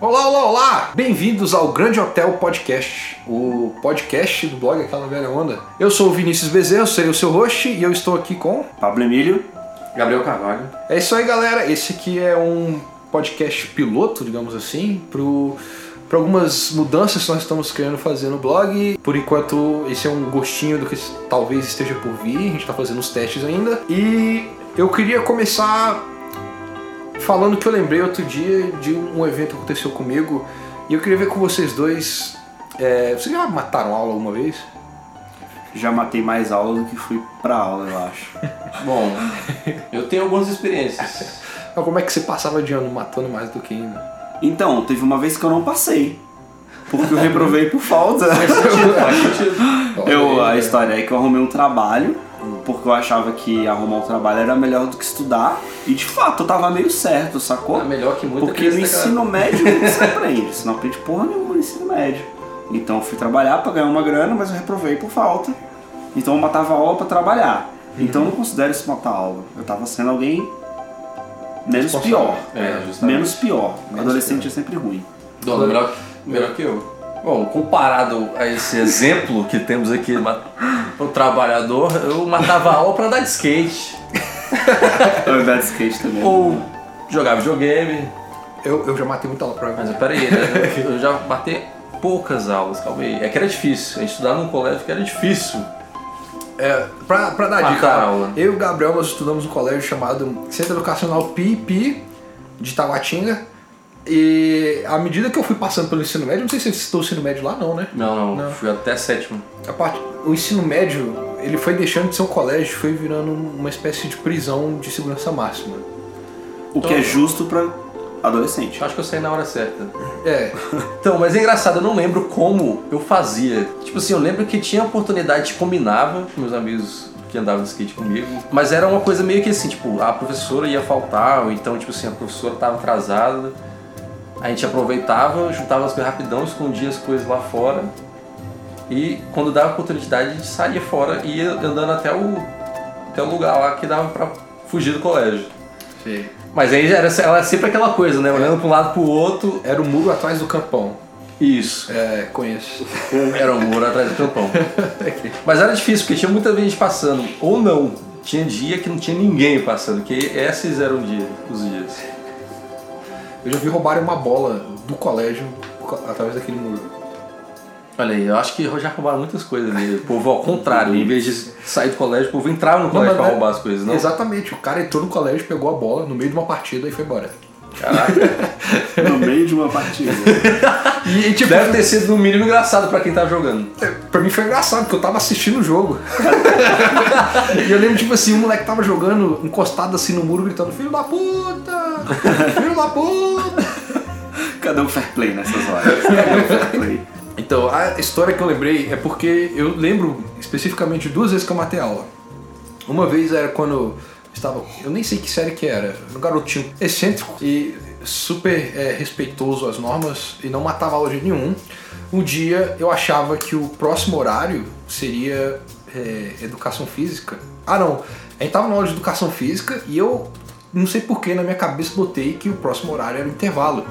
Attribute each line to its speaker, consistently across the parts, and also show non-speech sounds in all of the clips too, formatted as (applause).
Speaker 1: Olá, olá, olá! Bem-vindos ao Grande Hotel Podcast, o podcast do blog Aquela Velha Onda. Eu sou o Vinícius Bezerra, eu serei o seu host e eu estou aqui com.
Speaker 2: Pablo Emílio.
Speaker 3: Gabriel Carvalho.
Speaker 1: É isso aí, galera. Esse aqui é um podcast piloto, digamos assim, pro para algumas mudanças que nós estamos querendo fazer no blog. Por enquanto, esse é um gostinho do que talvez esteja por vir. A gente está fazendo os testes ainda. E eu queria começar falando que eu lembrei outro dia de um evento que aconteceu comigo. E eu queria ver com vocês dois. é, vocês já mataram aula alguma vez?
Speaker 2: Já matei mais aula do que fui pra aula, eu acho.
Speaker 3: Bom, eu tenho algumas experiências.
Speaker 1: Ah, Como é que você passava de ano matando mais do que ainda?
Speaker 2: Então, teve uma vez que eu não passei. Porque eu reprovei por
Speaker 3: (laughs)
Speaker 2: falta.
Speaker 1: (laughs)
Speaker 3: Faz sentido.
Speaker 2: Eu, a história é que eu arrumei um trabalho, porque eu achava que arrumar um trabalho era melhor do que estudar. E de fato, eu tava meio certo, sacou?
Speaker 3: É melhor que muita
Speaker 2: Porque no
Speaker 3: criança daquela-
Speaker 2: ensino médio você aprende. Você não aprende porra nenhuma no ensino médio. Então eu fui trabalhar pra ganhar uma grana, mas eu reprovei por falta. Então eu matava aula pra trabalhar.
Speaker 3: Uhum.
Speaker 2: Então eu não considero isso matar aula. Eu tava sendo alguém menos pior.
Speaker 3: É, justamente.
Speaker 2: Menos pior.
Speaker 1: Menos
Speaker 2: Adolescente é sempre ruim.
Speaker 3: Dono, melhor, melhor que eu. Bom, comparado a esse exemplo que temos aqui, ma- o trabalhador, eu matava a aula pra andar de skate.
Speaker 2: Eu andava de É skate também.
Speaker 3: Ou jogar videogame.
Speaker 1: Eu, eu já matei muita aula pra
Speaker 3: Mas peraí, né? eu já matei poucas aulas, calma aí. É que era difícil. A gente estudava num colégio que era difícil.
Speaker 1: É, pra, pra dar
Speaker 3: Matar
Speaker 1: dica,
Speaker 3: a aula.
Speaker 1: eu e o Gabriel nós estudamos um colégio chamado Centro Educacional PIP de Taguatinga. E à medida que eu fui passando pelo ensino médio, não sei se você estudou o ensino médio lá, não, né?
Speaker 3: Não, não,
Speaker 1: Não.
Speaker 3: fui até sétimo.
Speaker 1: A parte, o ensino médio ele foi deixando de ser um colégio, foi virando uma espécie de prisão de segurança máxima.
Speaker 2: O que é justo pra adolescente.
Speaker 3: Acho que eu saí na hora certa.
Speaker 1: É,
Speaker 3: Então, mas é engraçado, eu não lembro como eu fazia. Tipo assim, eu lembro que tinha oportunidade, combinava com meus amigos que andavam de skate comigo, mas era uma coisa meio que assim, tipo, a professora ia faltar, ou então, tipo assim, a professora tava atrasada. A gente aproveitava, juntava as coisas rapidão, escondia as coisas lá fora. E quando dava oportunidade, a gente saía fora e ia andando até o, até o lugar lá que dava pra fugir do colégio. Mas aí era, era sempre aquela coisa, né? Olhando pra um lado pro outro.
Speaker 1: era o muro atrás do campão.
Speaker 3: Isso.
Speaker 1: É, conheço. (laughs) É
Speaker 3: Era um muro atrás do tampão. Mas era difícil, porque tinha muita gente passando. Ou não. Tinha dia que não tinha ninguém passando, que esses eram dia, os dias.
Speaker 1: Eu já vi roubarem uma bola do colégio por ca- através daquele muro.
Speaker 3: Olha aí, eu acho que já roubaram muitas coisas ali. O povo (laughs) ao contrário, em vez de sair do colégio, o povo entrava no colégio
Speaker 1: mas
Speaker 3: pra
Speaker 1: não é-
Speaker 3: roubar as coisas, não?
Speaker 1: Exatamente, o cara entrou no colégio, pegou a bola no meio de uma partida e foi embora.
Speaker 3: Caraca.
Speaker 2: No meio de uma
Speaker 3: (laughs)
Speaker 2: partida.
Speaker 1: E, e, tipo,
Speaker 3: Deve ter sido no mínimo engraçado pra quem tava jogando.
Speaker 1: É, pra mim foi engraçado, porque eu tava assistindo o jogo. (laughs) e eu lembro, tipo assim, um moleque tava jogando encostado assim no muro, gritando, filho da puta! Filho da puta!
Speaker 2: Cadê o fair play nessas horas? Cadê o fair play?
Speaker 1: Então, a história que eu lembrei é porque eu lembro especificamente duas vezes que eu matei aula. Uma vez era quando eu estava. Eu nem sei que série que era. Era Um garotinho excêntrico e super é, respeitoso às normas e não matava aula de nenhum. Um dia eu achava que o próximo horário seria é, educação física. Ah, não. A gente tava na aula de educação física e eu, não sei porquê, na minha cabeça botei que o próximo horário era o intervalo.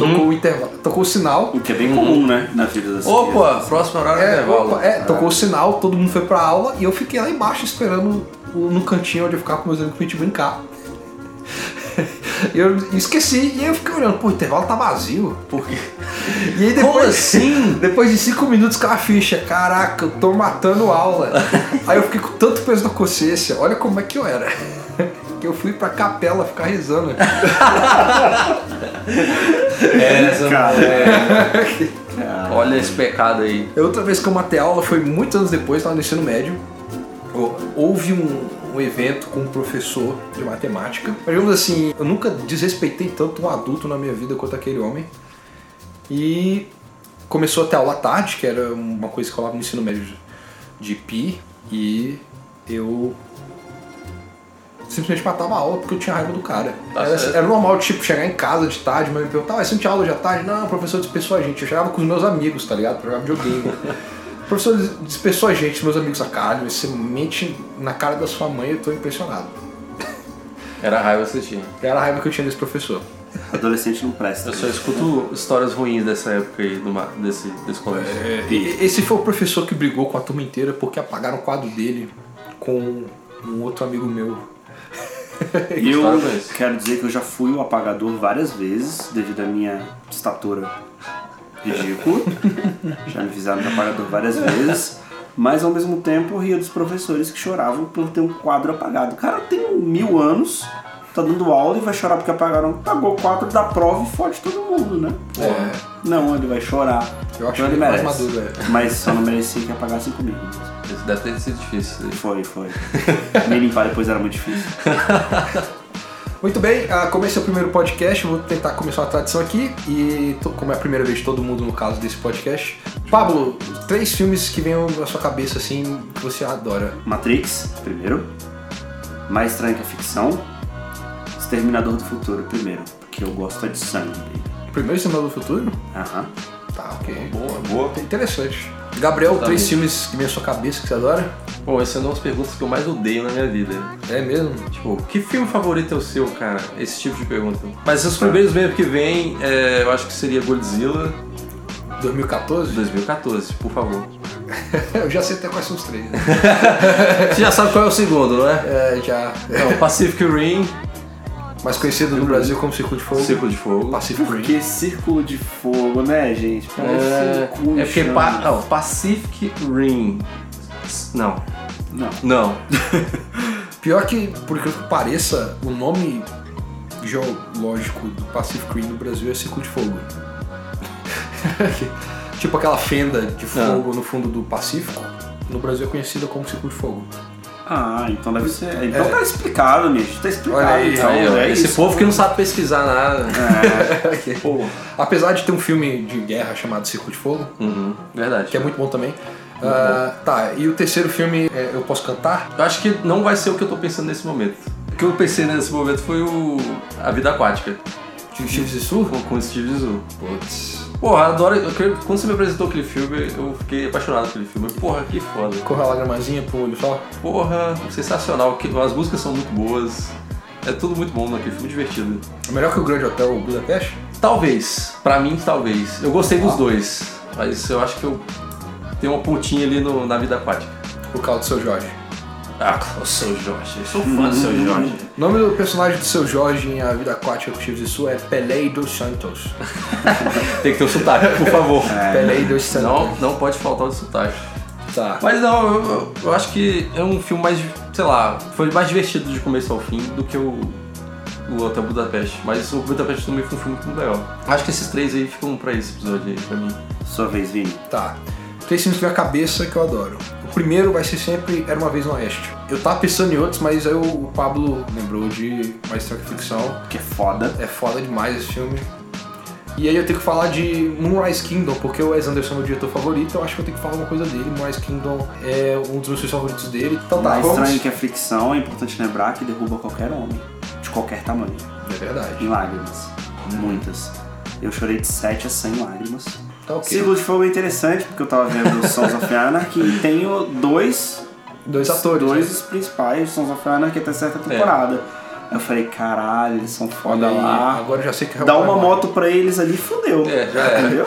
Speaker 1: Tocou o intervalo, tocou o sinal.
Speaker 2: O que é bem comum, né? Na vida das crianças.
Speaker 3: Uhum. Opa, próximo horário é,
Speaker 1: É,
Speaker 3: intervalo.
Speaker 1: opa, é, tocou o sinal, todo mundo foi pra aula e eu fiquei lá embaixo esperando o- no cantinho onde eu ficava com meus amigos pra gente brincar. (laughs) eu esqueci, e aí eu fiquei olhando, pô, o intervalo tá vazio.
Speaker 3: Por quê?
Speaker 1: E aí
Speaker 3: Como
Speaker 1: depois.
Speaker 3: assim?
Speaker 1: (laughs) Depois de cinco minutos com a ficha, caraca, eu tô matando
Speaker 3: (laughs)
Speaker 1: aula. aí eu fiquei com tanto peso na consciência, olha como é que eu era. (laughs) que eu fui pra capela ficar rezando.
Speaker 3: É, essa-
Speaker 2: Cara.
Speaker 3: Ah, Olha esse pecado aí.
Speaker 1: É Outra vez que eu matei aula foi muitos anos depois, lá no ensino médio. Hou- Houve um, um evento com um professor de matemática. Mas, Digamos assim, eu nunca desrespeitei tanto um adulto na minha vida quanto aquele homem. E começou até aula à tarde, que era uma coisa que eu rolava no ensino médio de pi. E eu simplesmente matava a aula porque eu tinha raiva do cara.
Speaker 3: Tá
Speaker 1: era,
Speaker 3: certo.
Speaker 1: era normal, tipo, chegar em casa de tarde, mas me perguntava, "Ah, você não tinha aula de tarde? Não, o professor dispensou a gente. Eu chegava com os meus amigos, tá ligado? Pra jogar
Speaker 3: (laughs)
Speaker 1: videogame. o professor dis- dispensou a gente, meus amigos, a cara, você mente na cara da sua mãe, eu tô impressionado.
Speaker 3: Era raiva que você tinha.
Speaker 1: Era a raiva que eu tinha desse professor.
Speaker 2: Adolescente não presta.
Speaker 3: Eu só escuto histórias ruins dessa época aí, do, ma- desse, desse colégio.
Speaker 1: É, e- esse foi o professor que brigou com a turma inteira porque apagaram o quadro dele com um outro amigo meu.
Speaker 2: E eu
Speaker 3: história foi essa?
Speaker 2: quero dizer que eu já fui o apagador várias vezes, devido à minha estatura ridícula. já me fizeram de apagador várias vezes. Mas ao mesmo tempo eu ria dos professores que choravam por ter um quadro apagado. O cara tem mil anos, tá dando aula e vai chorar porque apagaram. Pagou o quadro da prova e fode todo mundo, né?
Speaker 1: É,
Speaker 2: Não, ele vai chorar.
Speaker 1: Eu acho
Speaker 2: Então
Speaker 1: ele mais maduro, é.
Speaker 2: Mas só não merecia que apagassem comigo.
Speaker 3: Isso Deve ter sido difícil.
Speaker 2: Foi, foi. (laughs) Me limpar depois era muito difícil.
Speaker 1: Muito bem, ah, como esse é o primeiro podcast, eu vou tentar começar uma tradição aqui. E to- como é a primeira vez de todo mundo no caso desse podcast, Pablo, três filmes que venham na sua cabeça assim que você adora.
Speaker 2: Matrix, primeiro. Mais estranho que a ficção. Exterminador do Futuro, primeiro. Porque eu gosto é de sangue.
Speaker 1: Primeiro Senador do Futuro?
Speaker 2: Aham.
Speaker 1: Tá, ok.
Speaker 3: Boa, boa.
Speaker 1: Interessante. Gabriel,
Speaker 3: Tá
Speaker 1: três
Speaker 3: bem.
Speaker 1: filmes que vêm na sua cabeça que você adora?
Speaker 3: Bom, essa é uma das perguntas que eu mais odeio na minha vida.
Speaker 1: É mesmo?
Speaker 3: Tipo, que filme favorito é o seu, cara? Esse tipo de pergunta. Mas os primeiros mesmo que vem, é, eu acho que seria Godzilla
Speaker 1: 2014?
Speaker 3: 2014, por favor.
Speaker 1: (laughs) eu já sei até quais são os três. Né?
Speaker 3: Você já sabe qual é o segundo, não é?
Speaker 1: É, já.
Speaker 3: Não, Pacific Rim,
Speaker 1: Mais conhecido no Brasil como Circuito de Fogo.
Speaker 3: Círculo de Fogo.
Speaker 1: Pacific Rim.
Speaker 2: Porque círculo de fogo, né, gente?
Speaker 3: É,
Speaker 2: Parece um cu
Speaker 3: é porque
Speaker 2: no
Speaker 3: pa-
Speaker 2: chão.
Speaker 3: não, Pacific Rim. Não,
Speaker 2: Não.
Speaker 3: não.
Speaker 1: Pior que, por incrível que pareça, o nome geológico do Pacific Rim no Brasil é Círculo de Fogo. (laughs) tipo aquela fenda de fogo no fundo do Pacífico, no Brasil é conhecida como Círculo de Fogo.
Speaker 2: Ah, então deve ser. Então tá explicado, gente. Tá explicado.
Speaker 1: Olha aí,
Speaker 2: então,
Speaker 3: É. Aí, ó,
Speaker 2: é
Speaker 3: esse
Speaker 2: isso.
Speaker 3: povo que não sabe pesquisar nada.
Speaker 2: É.
Speaker 3: (laughs) Pô.
Speaker 1: Apesar de ter um filme de guerra chamado Círculo de Fogo,
Speaker 3: Uhum, verdade.
Speaker 1: que é muito bom também. Ah, tá, e o terceiro filme, é, eu posso cantar?
Speaker 3: Eu acho que não vai ser o que eu tô pensando nesse momento. O que eu pensei nesse momento foi o. A vida aquática.
Speaker 1: De Chives e Sur?
Speaker 3: Com, com o Steve Zissou.
Speaker 1: Putz.
Speaker 3: Porra, adoro. eu quero- quando você me apresentou aquele filme, eu fiquei apaixonado pelo filme. Porra, que foda.
Speaker 1: Corra a lagramazinha pro olho só.
Speaker 3: Porra, sensacional. Que- As músicas são muito boas. É tudo muito bom naquele filme divertido.
Speaker 1: É melhor que o Grande Hotel Budapeste?
Speaker 3: Talvez, pra mim, talvez. Eu gostei dos dois, mas eu acho que eu tenho uma pontinha ali no- na vida aquática.
Speaker 1: Por causa do seu Jorge.
Speaker 3: Ah, o seu Jorge. Eu sou fã do seu Jorge.
Speaker 1: O nome do personagem do seu Jorge em A Vida Aquática com Chives e Sul é Pelé dos Santos.
Speaker 3: Tem que ter o sotaque, por favor.
Speaker 1: Pelé dos Santos.
Speaker 3: É. Não, não pode faltar o sotaque.
Speaker 1: Tá.
Speaker 3: Mas não, eu- eu, eu acho que é um filme mais, sei lá, foi mais divertido de começo ao fim do que o, o Hotel Budapeste. Mas o Budapeste também foi um filme muito legal. Acho que esses três aí ficam pra esse episódio aí, (laughs) pra mim.
Speaker 2: Sua vez, Vini.
Speaker 1: Tá. Três filmes que vem à cabeça que eu adoro. O primeiro vai ser sempre Era Uma Vez no Oeste. Eu tava pensando em outros, mas aí o Pablo lembrou de Mais Estranho que Ficção.
Speaker 2: Que é foda.
Speaker 1: É foda demais esse filme. E aí eu tenho que falar de Moonrise Kingdom, porque o Wes Anderson é meu diretor favorito, eu acho que eu tenho que falar uma coisa dele. Moonrise Kingdom é um dos meus filmes favoritos dele. Então tá,
Speaker 2: Mais
Speaker 1: vamos...
Speaker 2: estranho que a fricção, é importante lembrar que derruba qualquer homem. De qualquer tamanho.
Speaker 1: É verdade.
Speaker 2: em lágrimas. Muitas. Eu chorei de 7 a 100 lágrimas.
Speaker 1: Tá ok.
Speaker 2: Círculo de Fogo é interessante, porque eu tava vendo o Sons of Anarchy e tem o- dois,
Speaker 1: Dois atores.
Speaker 2: dois
Speaker 1: né? É.
Speaker 2: dos principais Sons of Anarchy até certa temporada. Eu falei, caralho, eles são foda
Speaker 1: Olha aí,
Speaker 2: lá.
Speaker 1: Agora eu já sei que é o
Speaker 2: Dá uma
Speaker 1: Paramount.
Speaker 2: moto pra eles ali, fudeu.
Speaker 3: É, já era.
Speaker 2: Entendeu?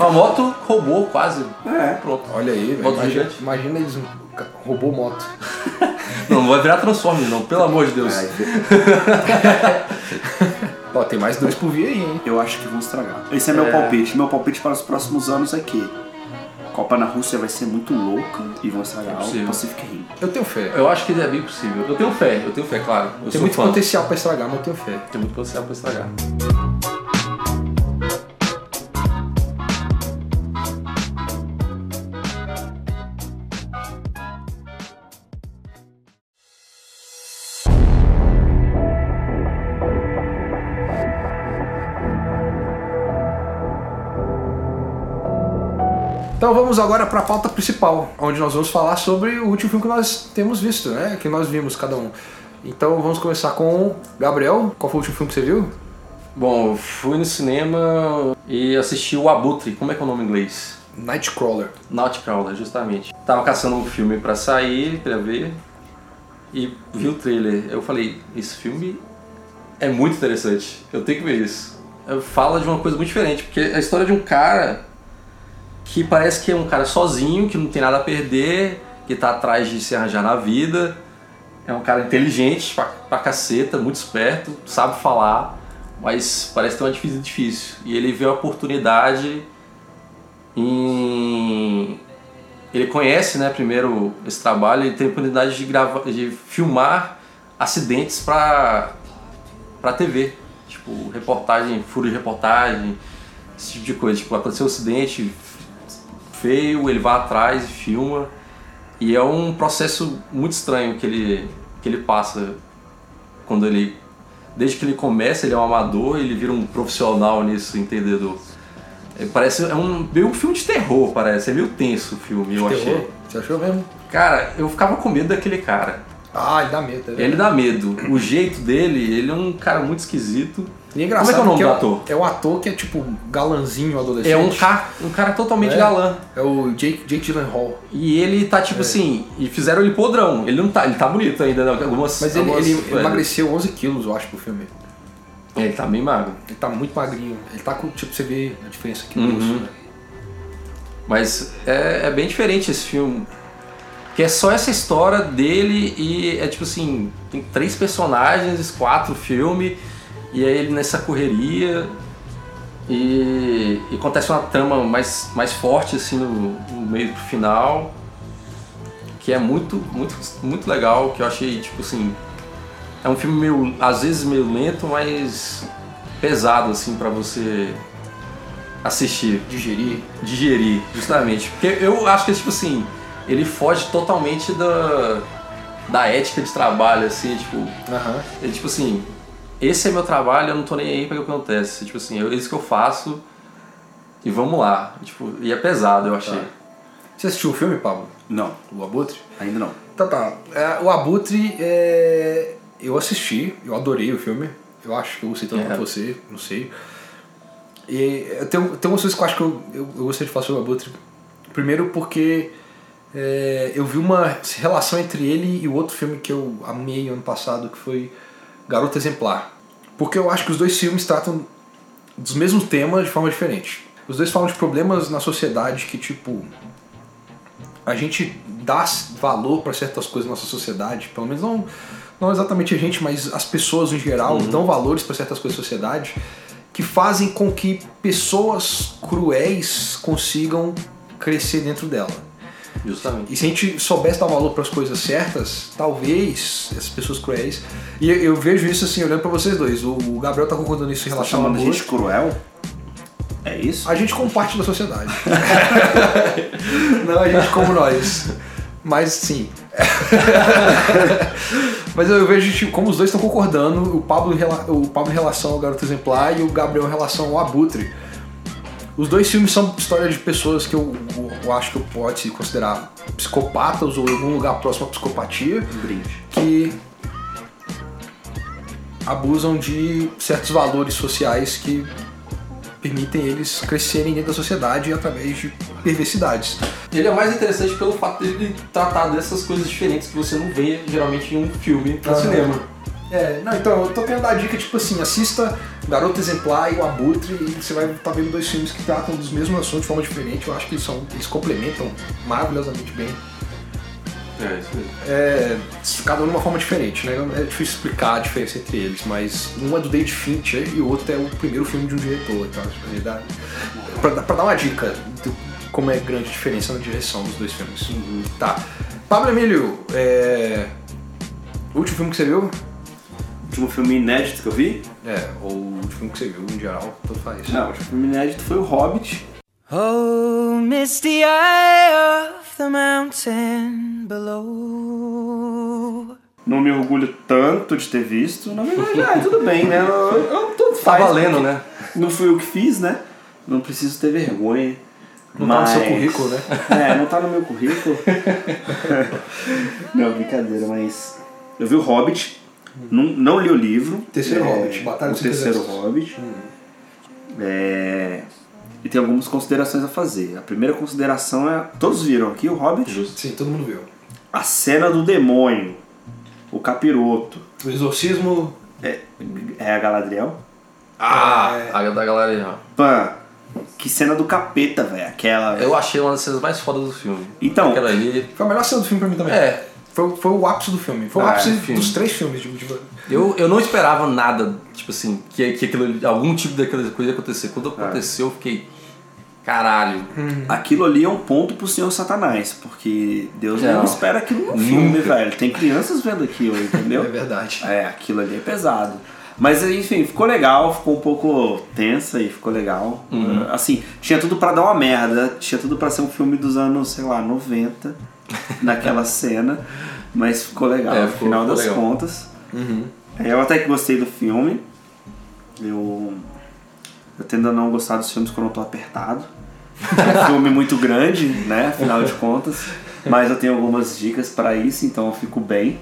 Speaker 3: A moto roubou quase.
Speaker 2: É.
Speaker 3: Pronto.
Speaker 1: Olha aí, velho.
Speaker 3: Moto
Speaker 1: Imagina,
Speaker 3: gigante.
Speaker 1: imagina eles ca- roubou moto.
Speaker 3: Não, não vai virar Transformers, não, pelo amor de Deus.
Speaker 2: Ai,
Speaker 1: Ó, tem mais dois por vir aí, hein?
Speaker 2: eu acho que vão estragar. Esse é meu
Speaker 3: É.
Speaker 2: palpite. Meu palpite para os próximos anos é que Copa na Rússia vai ser muito louca e vão
Speaker 1: é
Speaker 2: estragar o
Speaker 3: Impossível.
Speaker 2: Pacific Rim.
Speaker 1: Eu tenho fé.
Speaker 3: Eu acho que é bem possível. Eu tenho fé, eu tenho fé, claro. Eu
Speaker 1: Tem
Speaker 3: sou
Speaker 1: muito
Speaker 3: fã.
Speaker 1: potencial pra estragar, mas eu tenho fé.
Speaker 3: Tem muito potencial pra estragar.
Speaker 1: Então vamos agora pra pauta principal, onde nós vamos falar sobre o último filme que nós temos visto, né? Que nós vimos cada um. Então vamos começar com Gabriel. Qual foi o último filme que você viu?
Speaker 3: Bom, eu fui no cinema e assisti o Abutre. Como é que é o nome em inglês?
Speaker 1: Nightcrawler.
Speaker 3: Nautcrawler, né, justamente. Tava caçando um filme pra sair, pra ver, e vi o trailer. Eu falei, esse filme É muito interessante. Eu tenho que ver isso. É, Fala de uma coisa muito diferente, porque é a história de um cara que parece que é um cara sozinho, que não tem nada a perder, que tá atrás de se arranjar na vida. É um cara inteligente pra, pra caceta, muito esperto, sabe falar, mas parece ter uma difícil difícil. E ele vê uma oportunidade em ele conhece, né, primeiro esse trabalho e tem a oportunidade de gravar, de filmar acidentes para para TV, tipo reportagem, furo de reportagem, esse tipo de coisa, tipo aconteceu um acidente feio, ele vai atrás e filma. E é um processo muito estranho que ele que ele passa quando ele desde que ele começa, ele é um amador, ele vira um profissional nisso, entendedor. É, Parece é um meio um filme de terror, parece, é meio tenso o filme, eu achei.
Speaker 1: Terror? Você achou mesmo?
Speaker 3: Cara, eu ficava com medo daquele cara.
Speaker 1: Ai, dá medo. tá vendo?
Speaker 3: Ele dá medo. O jeito dele, ele é um cara muito esquisito.
Speaker 1: E é engraçado
Speaker 3: Como é que é o nome
Speaker 1: porque
Speaker 3: do ator?
Speaker 1: É o ator que é tipo galanzinho adolescente.
Speaker 3: É um cara, um cara totalmente
Speaker 1: É.
Speaker 3: galã.
Speaker 1: É o Jake, Jake Gyllenhaal.
Speaker 3: E ele tá
Speaker 1: É.
Speaker 3: tipo assim, e fizeram ele podrão. Ele não tá, ele tá bonito ainda, né? Algumas,
Speaker 1: Mas ele,
Speaker 3: algumas-
Speaker 1: ele emagreceu 11 quilos, eu acho, pro filme.
Speaker 3: É, ele tá bem magro.
Speaker 1: Ele tá muito magrinho. Ele tá com, tipo, você vê a diferença aqui no
Speaker 3: Uhum.
Speaker 1: rosto, né?
Speaker 3: Mas é, é bem diferente esse filme. Que é só essa história dele e é tipo assim, tem três personagens, quatro filmes, e é ele nessa correria. E, e acontece uma trama mais, mais forte assim no, no meio pro final. Que é muito, muito, muito legal, que eu achei, tipo assim. É um filme meio. às vezes meio lento, mas pesado assim para você assistir
Speaker 1: Digerir.
Speaker 3: digerir, justamente. Porque eu acho que, tipo assim, ele foge totalmente da, da ética de trabalho, assim, tipo,
Speaker 1: Aham.
Speaker 3: ele, tipo assim, esse é meu trabalho, eu não tô nem aí pra que acontece. Tipo assim, é isso que eu faço e vamos lá. Tipo, e é pesado, eu achei.
Speaker 1: Você assistiu o filme, Pablo?
Speaker 2: Não,
Speaker 1: O Abutre?
Speaker 2: ainda não.
Speaker 1: Tá, tá. É, o Abutre, é, eu assisti, eu adorei o filme. Eu acho que eu gostei tanto
Speaker 3: É.
Speaker 1: quanto você, não sei. E eu tenho, tem umas coisas que eu acho que eu, eu, eu gostei de falar sobre o Abutre. Primeiro porque é, eu vi uma relação entre ele e o outro filme que eu amei ano passado, que foi Garota Exemplar. Porque eu acho que os dois filmes tratam dos mesmos temas de forma diferente. Os dois falam de problemas na sociedade que, tipo, a gente dá valor para certas coisas na nossa sociedade, pelo menos não, não exatamente a gente, mas as pessoas em geral
Speaker 2: Uhum.
Speaker 1: dão valores para certas coisas na sociedade que fazem com que pessoas cruéis consigam crescer dentro dela.
Speaker 3: Justamente.
Speaker 1: E se a gente soubesse dar valor para as coisas certas, talvez essas pessoas cruéis. E eu, eu vejo isso assim, olhando para vocês dois. O, o Gabriel tá concordando isso em
Speaker 2: Tá
Speaker 1: relação ao
Speaker 2: chamando a
Speaker 1: amor.
Speaker 2: gente cruel? É isso?
Speaker 1: A gente compartilha a sociedade. (laughs) não a gente como nós. Mas sim. (laughs) Mas eu vejo tipo, como os dois estão concordando, o Pablo, em rela- o Pablo em relação ao Garoto Exemplar e o Gabriel em relação ao Abutre. Os dois filmes são história de pessoas que eu, eu- eu acho que pode se considerar psicopatas ou em algum lugar próximo à psicopatia
Speaker 2: Um brinde.
Speaker 1: que abusam de certos valores sociais que permitem eles crescerem dentro da sociedade através de perversidades.
Speaker 3: Ele é mais interessante pelo fato dele tratar dessas coisas diferentes que você não vê geralmente em um filme no
Speaker 1: Aham.
Speaker 3: cinema.
Speaker 1: É, não, então eu tô querendo dar a dica, tipo assim, assista Garoto Exemplar e o Abutre e você vai estar vendo dois filmes que tratam dos mesmos assuntos de forma diferente. Eu acho que eles, são, eles complementam maravilhosamente bem.
Speaker 3: É, isso mesmo.
Speaker 1: É, cada um de uma forma diferente, né? É difícil explicar a diferença entre eles, mas um é do David Fincher e o outro é o primeiro filme de um diretor, então acho que ele dá- pra, dar- pra dar uma dica de como é grande a diferença na direção dos dois filmes.
Speaker 2: Uhum.
Speaker 1: Tá. Pablo Emílio, é... o último filme que você viu?
Speaker 2: Último um filme inédito que eu vi?
Speaker 1: É, ou o último filme que você viu em geral, tanto faz.
Speaker 2: Não, o último filme inédito foi O Hobbit.
Speaker 4: Oh, misty eye of the mountain below.
Speaker 2: Não me orgulho tanto de ter visto. Na verdade, (laughs) ah, tudo bem, né? Eu, eu tanto
Speaker 3: Tá
Speaker 2: faz,
Speaker 3: valendo,
Speaker 2: porque
Speaker 3: né?
Speaker 2: Não fui eu que fiz, né? Não preciso ter vergonha.
Speaker 1: Não tá no seu currículo, né?
Speaker 2: (laughs) É, não tá no meu currículo. não, brincadeira, mas. Eu vi o Hobbit, não, não li o livro. É,
Speaker 1: Terceiro Hobbit, Batalha
Speaker 2: O
Speaker 1: dos Hum.
Speaker 2: terceiro
Speaker 1: Interesses.
Speaker 2: Hobbit. É, E tem algumas considerações a fazer. A primeira consideração é. Todos viram aqui o Hobbit?
Speaker 1: Sim, todo mundo viu.
Speaker 2: A cena do demônio. O capiroto.
Speaker 1: O Exorcismo
Speaker 2: É, é a Galadriel?
Speaker 3: Ah, a da galera aí, ó.
Speaker 2: Pan, que cena do capeta, velho. Aquela. velho.
Speaker 3: Eu achei uma das cenas mais fodas do filme.
Speaker 2: Então,
Speaker 3: É Aquela ali.
Speaker 1: Foi a melhor cena do filme pra mim também.
Speaker 3: É,
Speaker 1: Foi, foi o ápice do filme. Foi o
Speaker 2: Ah, É
Speaker 1: ápice
Speaker 3: é, filme.
Speaker 1: dos três filmes. De, de...
Speaker 3: eu, eu não esperava nada, tipo assim, que, que aquilo, algum tipo daquela coisa ia acontecer. Quando aconteceu, eu fiquei. Caralho.
Speaker 2: aquilo ali é um ponto pro senhor Satanás, porque Deus não,
Speaker 3: Não.
Speaker 2: espera aquilo no filme,
Speaker 3: Nunca.
Speaker 2: velho. Tem crianças vendo aquilo,
Speaker 1: (laughs)
Speaker 2: entendeu?
Speaker 1: É verdade.
Speaker 2: É, aquilo ali é pesado. Mas enfim, ficou legal, ficou um pouco tensa e ficou legal.
Speaker 1: Uhum.
Speaker 2: Uh, Assim, tinha tudo pra dar uma merda, tinha tudo pra ser um filme dos anos, sei lá, 90,
Speaker 1: (laughs)
Speaker 2: naquela cena, mas ficou legal,
Speaker 3: É,
Speaker 2: no
Speaker 3: ficou-
Speaker 2: final
Speaker 3: ficou
Speaker 2: das
Speaker 3: legal. Uhum.
Speaker 2: contas. É, Eu até que gostei do filme. Eu, eu tendo a não gostar dos filmes quando eu tô apertado. É
Speaker 3: (laughs)
Speaker 2: um filme muito grande, né? Afinal de contas. Mas eu tenho algumas dicas pra isso, então eu fico bem.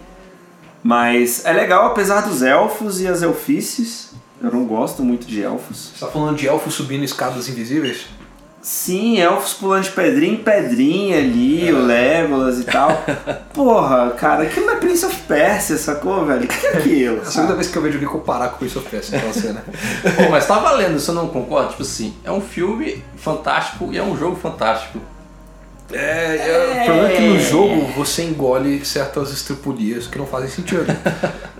Speaker 2: Mas é legal, apesar dos elfos e as elfices. Eu não gosto muito de elfos.
Speaker 1: Você tá falando de elfos subindo escadas invisíveis?
Speaker 2: Sim, elfos pulando de pedrinha em pedrinha
Speaker 3: É.
Speaker 2: ali, o Legolas e tal. Porra, cara, aquilo não é Prince of Persia, sacou, velho? O que é aquilo?
Speaker 1: É a
Speaker 2: cara?
Speaker 1: segunda vez que eu vejo alguém comparar com isso oferece aquela
Speaker 3: (laughs)
Speaker 1: cena.
Speaker 3: Pô, mas tá valendo, você não concorda? Tipo assim, é um filme fantástico e é um jogo fantástico.
Speaker 1: É, é, o problema é que no jogo você engole certas estripulias que não fazem
Speaker 3: (laughs)
Speaker 1: sentido.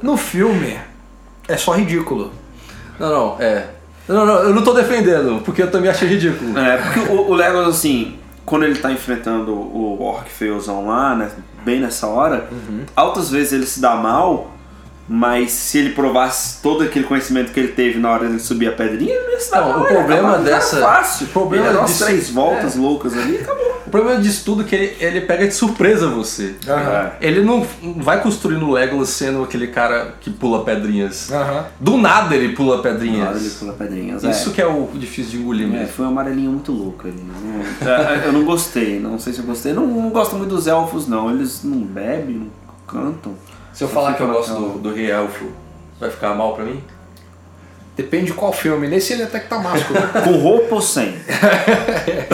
Speaker 1: No filme, é só ridículo.
Speaker 3: Não, não, é. Não, não, eu não tô defendendo, porque eu também achei ridículo.
Speaker 2: É, porque o, o Legolas, assim, quando ele tá enfrentando o Orc Feuzão lá, né, bem nessa hora,
Speaker 3: Uhum.
Speaker 2: altas vezes ele se dá mal, mas se ele provasse todo aquele conhecimento que ele teve na hora de subir a pedrinha, ele não ia se dar
Speaker 3: Não,
Speaker 2: mal.
Speaker 3: o
Speaker 2: ele
Speaker 3: problema
Speaker 2: acabava com o cara
Speaker 3: dessa-
Speaker 2: Fácil.
Speaker 3: o problema
Speaker 2: ele dá umas
Speaker 3: disso- é.
Speaker 2: três voltas loucas ali e acabou.
Speaker 3: O problema disso tudo é que ele, ele pega de surpresa você.
Speaker 1: Aham.
Speaker 3: Ele não vai construindo o Legolas sendo aquele cara que pula pedrinhas.
Speaker 1: Aham.
Speaker 3: Do nada ele
Speaker 2: É, Na
Speaker 3: pula
Speaker 2: hora
Speaker 3: pedrinhas.
Speaker 2: ele pula pedrinhas.
Speaker 3: Isso que é o difícil de engolir
Speaker 2: É,
Speaker 3: mesmo.
Speaker 2: foi um amarelinho muito louco ali. né? É, Eu não gostei, não sei se eu gostei. Não, não gosto muito dos elfos, não. Eles não bebem, não cantam.
Speaker 3: Se eu falar que eu gosto do, do Rei Elfo, vai ficar mal pra mim?
Speaker 1: Depende de qual filme. Nesse ele até que tá
Speaker 3: (laughs)
Speaker 1: másculo.
Speaker 2: Com roupa ou sem?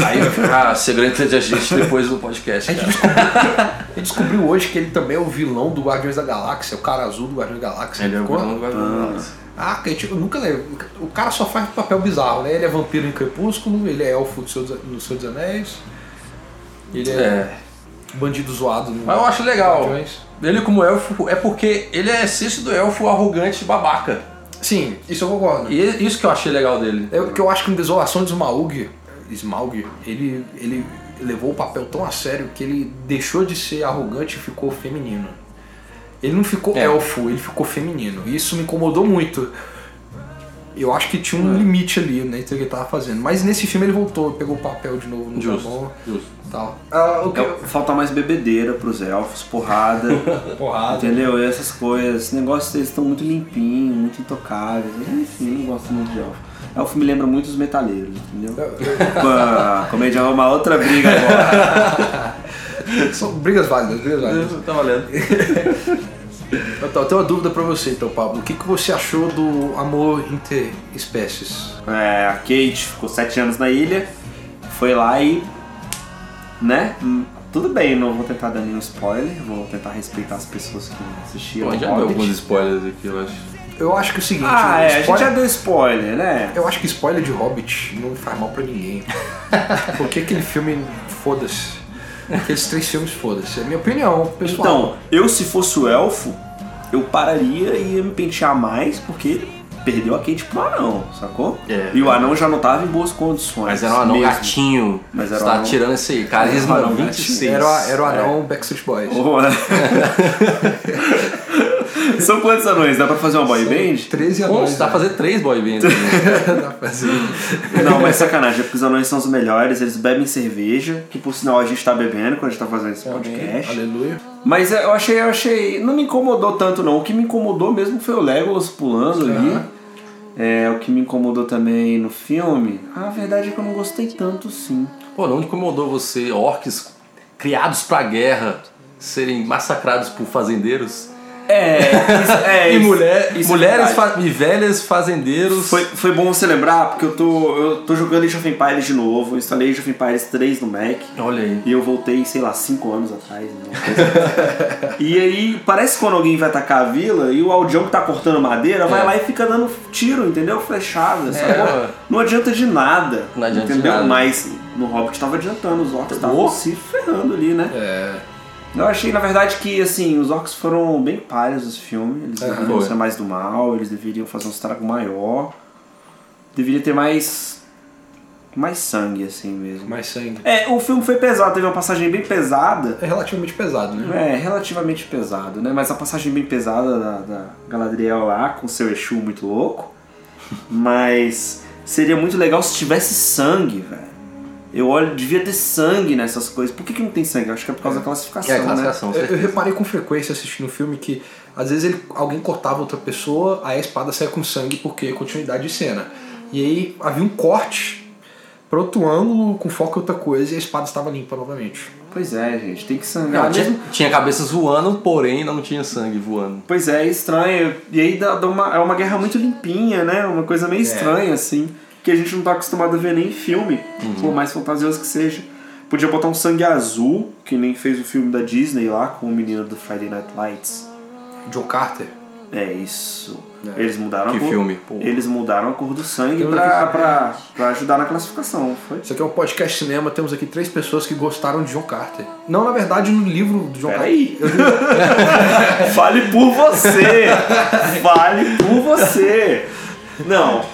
Speaker 3: Aí vai ficar segredo entre a gente depois do podcast, cara.
Speaker 1: Ele descobriu hoje que ele também é o vilão do Guardiões da Galáxia, o cara azul do Guardiões da Galáxia.
Speaker 3: Ele é o
Speaker 1: Ficou?
Speaker 3: vilão do Guardiões.
Speaker 1: Ah, que tipo, eu nunca lembro. O cara só faz papel bizarro, né? Ele é vampiro em Crepúsculo, ele é elfo do Senhor dos, no Senhor dos Anéis, ele é,
Speaker 3: É.
Speaker 1: bandido zoado no
Speaker 3: Mas eu acho legal.
Speaker 1: Guardiões.
Speaker 3: Ele como elfo é porque ele é essência do elfo arrogante e babaca.
Speaker 1: Sim, isso eu concordo.
Speaker 3: E é isso que eu achei legal dele.
Speaker 1: É o que eu acho que no Desolação de Smaug, Smaug, ele, ele levou o papel tão a sério que ele deixou de ser arrogante e ficou feminino. Ele não ficou
Speaker 3: É.
Speaker 1: elfo, ele ficou feminino. E isso me incomodou muito. Eu acho que tinha
Speaker 3: É.
Speaker 1: um limite ali, né, entre o que ele tava fazendo. Mas nesse filme ele voltou, pegou o papel de novo no
Speaker 3: Justo,
Speaker 1: bom
Speaker 3: justo.
Speaker 1: tal. Ah, o que
Speaker 2: É, falta mais bebedeira pros elfos, porrada,
Speaker 3: (laughs) Tá
Speaker 1: Porrada.
Speaker 2: entendeu? E essas coisas. Esse negócio eles estão muito limpinhos, muito intocáveis. Enfim, não gosto muito de elfo. Elfo me lembra muito os metaleiros, entendeu? Opa, comédia é uma outra briga agora.
Speaker 1: São brigas válidas, brigas válidas.
Speaker 3: Tá valendo.
Speaker 1: Então, eu tenho uma dúvida pra você, então, Pablo. O que, que você achou do amor entre espécies?
Speaker 2: É, a Kate ficou sete anos na ilha, foi lá e. né? Hum, Tudo bem, não vou tentar dar nenhum spoiler, vou tentar respeitar as pessoas que assistiram.
Speaker 3: Pô, já
Speaker 2: Hobbit.
Speaker 3: deu alguns spoilers aqui, eu acho.
Speaker 1: Eu acho que é o seguinte...
Speaker 2: Ah,
Speaker 1: o
Speaker 2: é, a gente
Speaker 1: spoiler-
Speaker 2: já deu spoiler, né?
Speaker 1: Eu acho que spoiler de Hobbit não faz mal pra
Speaker 2: (laughs)
Speaker 1: ninguém. Porque aquele filme, foda-se. Aqueles três filmes, foda-se. É minha opinião, pessoal.
Speaker 2: Então, eu se fosse o elfo, eu pararia e ia me pentear mais, porque ele perdeu a Kate pro anão, sacou?
Speaker 3: É.
Speaker 2: e o anão já não tava em boas condições.
Speaker 3: Mas era um anão
Speaker 2: mesmo.
Speaker 3: gatinho.
Speaker 2: Mas era
Speaker 3: Você
Speaker 2: um
Speaker 3: tá
Speaker 2: anão-
Speaker 3: tirando esse aí. Carisma
Speaker 2: Era um anão
Speaker 3: 26.
Speaker 1: era, Ah, era o anão Backstreet Boys.
Speaker 2: Oh, né? (laughs) São quantos anões? Dá pra fazer uma boy band?
Speaker 1: 13
Speaker 3: Pô,
Speaker 1: anões.
Speaker 3: você tá
Speaker 1: né?
Speaker 3: fazendo três boy bands. né?
Speaker 1: Dá pra fazer. (laughs)
Speaker 2: Não, mas sacanagem, é porque os anões são os melhores, eles bebem cerveja, que por sinal a gente tá bebendo quando a gente tá fazendo esse podcast.
Speaker 1: Aleluia.
Speaker 2: Mas é, eu achei, eu achei. Não me incomodou tanto, não. O que me incomodou mesmo foi o Legolas pulando ali. É, o que me incomodou também no filme. A verdade é que eu não gostei tanto, sim.
Speaker 3: Pô, não incomodou você orcs criados pra guerra serem massacrados por fazendeiros?
Speaker 2: É, isso- é
Speaker 3: (laughs) e
Speaker 2: isso-
Speaker 3: mulher,
Speaker 2: isso é
Speaker 3: mulheres
Speaker 2: verdade.
Speaker 3: fa- e velhas fazendeiros.
Speaker 2: Foi, foi bom você lembrar, porque eu tô, eu tô jogando Age of Empires de novo. Eu instalei Age of Empires 3 no Mac.
Speaker 3: Olha aí.
Speaker 2: E eu voltei, sei lá, 5 anos atrás. né, uma coisa. assim.
Speaker 3: (laughs)
Speaker 2: e aí, parece que quando alguém vai atacar a vila e o aldeão que tá cortando madeira vai
Speaker 3: É.
Speaker 2: lá e fica dando tiro, entendeu? Flechada. sacou?
Speaker 3: ué.
Speaker 2: Não adianta de nada.
Speaker 3: Não adianta de
Speaker 2: entendeu?
Speaker 3: nada.
Speaker 2: Mas no Hobbit tava adiantando, os orcs estavam
Speaker 3: Oh.
Speaker 2: se ferrando ali, né?
Speaker 1: É.
Speaker 2: Eu achei, na verdade, que assim, os orcs foram bem pálidos nesse filme. Eles deveriam
Speaker 3: É, foi.
Speaker 2: ser mais do mal, eles deveriam fazer um estrago maior. Deveria ter mais. mais sangue, assim mesmo.
Speaker 1: Mais sangue.
Speaker 2: É, o filme foi pesado, teve uma passagem bem pesada.
Speaker 1: É relativamente pesado, né?
Speaker 2: É, relativamente pesado, né? Mas a passagem bem pesada da, da Galadriel lá, com seu Exu muito louco. (laughs) Mas seria muito legal se tivesse sangue, velho. Eu olho, devia ter sangue nessas coisas. Por que, que não tem sangue? Acho que é por causa da classificação,
Speaker 3: É,
Speaker 2: né?
Speaker 3: classificação,
Speaker 1: Eu, eu
Speaker 3: certeza.
Speaker 1: reparei com frequência assistindo o filme que às vezes ele, alguém cortava outra pessoa, aí a espada saia com sangue porque é continuidade de cena. E aí havia um corte para outro ângulo com foco em outra coisa e a espada estava limpa novamente.
Speaker 2: Pois é, gente, tem que
Speaker 3: Não,
Speaker 2: sangrar
Speaker 3: tinha,
Speaker 2: mesmo.
Speaker 3: tinha cabeças voando, porém não tinha sangue voando.
Speaker 2: Pois é, é estranho. E aí dá, dá uma, é uma guerra muito limpinha, né? Uma coisa
Speaker 3: É.
Speaker 2: meio estranha, assim. Que a gente não tá acostumado a ver nem em filme,
Speaker 3: Uhum.
Speaker 2: por mais fantasioso que seja. Podia botar um sangue azul, que nem fez o filme da Disney lá, com o menino do Friday Night Lights.
Speaker 1: John Carter.
Speaker 2: É isso.
Speaker 1: É.
Speaker 2: Eles mudaram
Speaker 3: Que
Speaker 2: a cor.
Speaker 3: filme, pô.
Speaker 2: Eles mudaram a cor do sangue
Speaker 1: Eu
Speaker 2: pra,
Speaker 1: não vi.
Speaker 2: pra, pra ajudar na classificação, foi?
Speaker 1: Isso aqui é um podcast cinema, temos aqui três pessoas que gostaram de John Carter. Não, na verdade, no livro do John Carter.
Speaker 2: Peraí. (laughs) Fale por você. Fale por você. Não.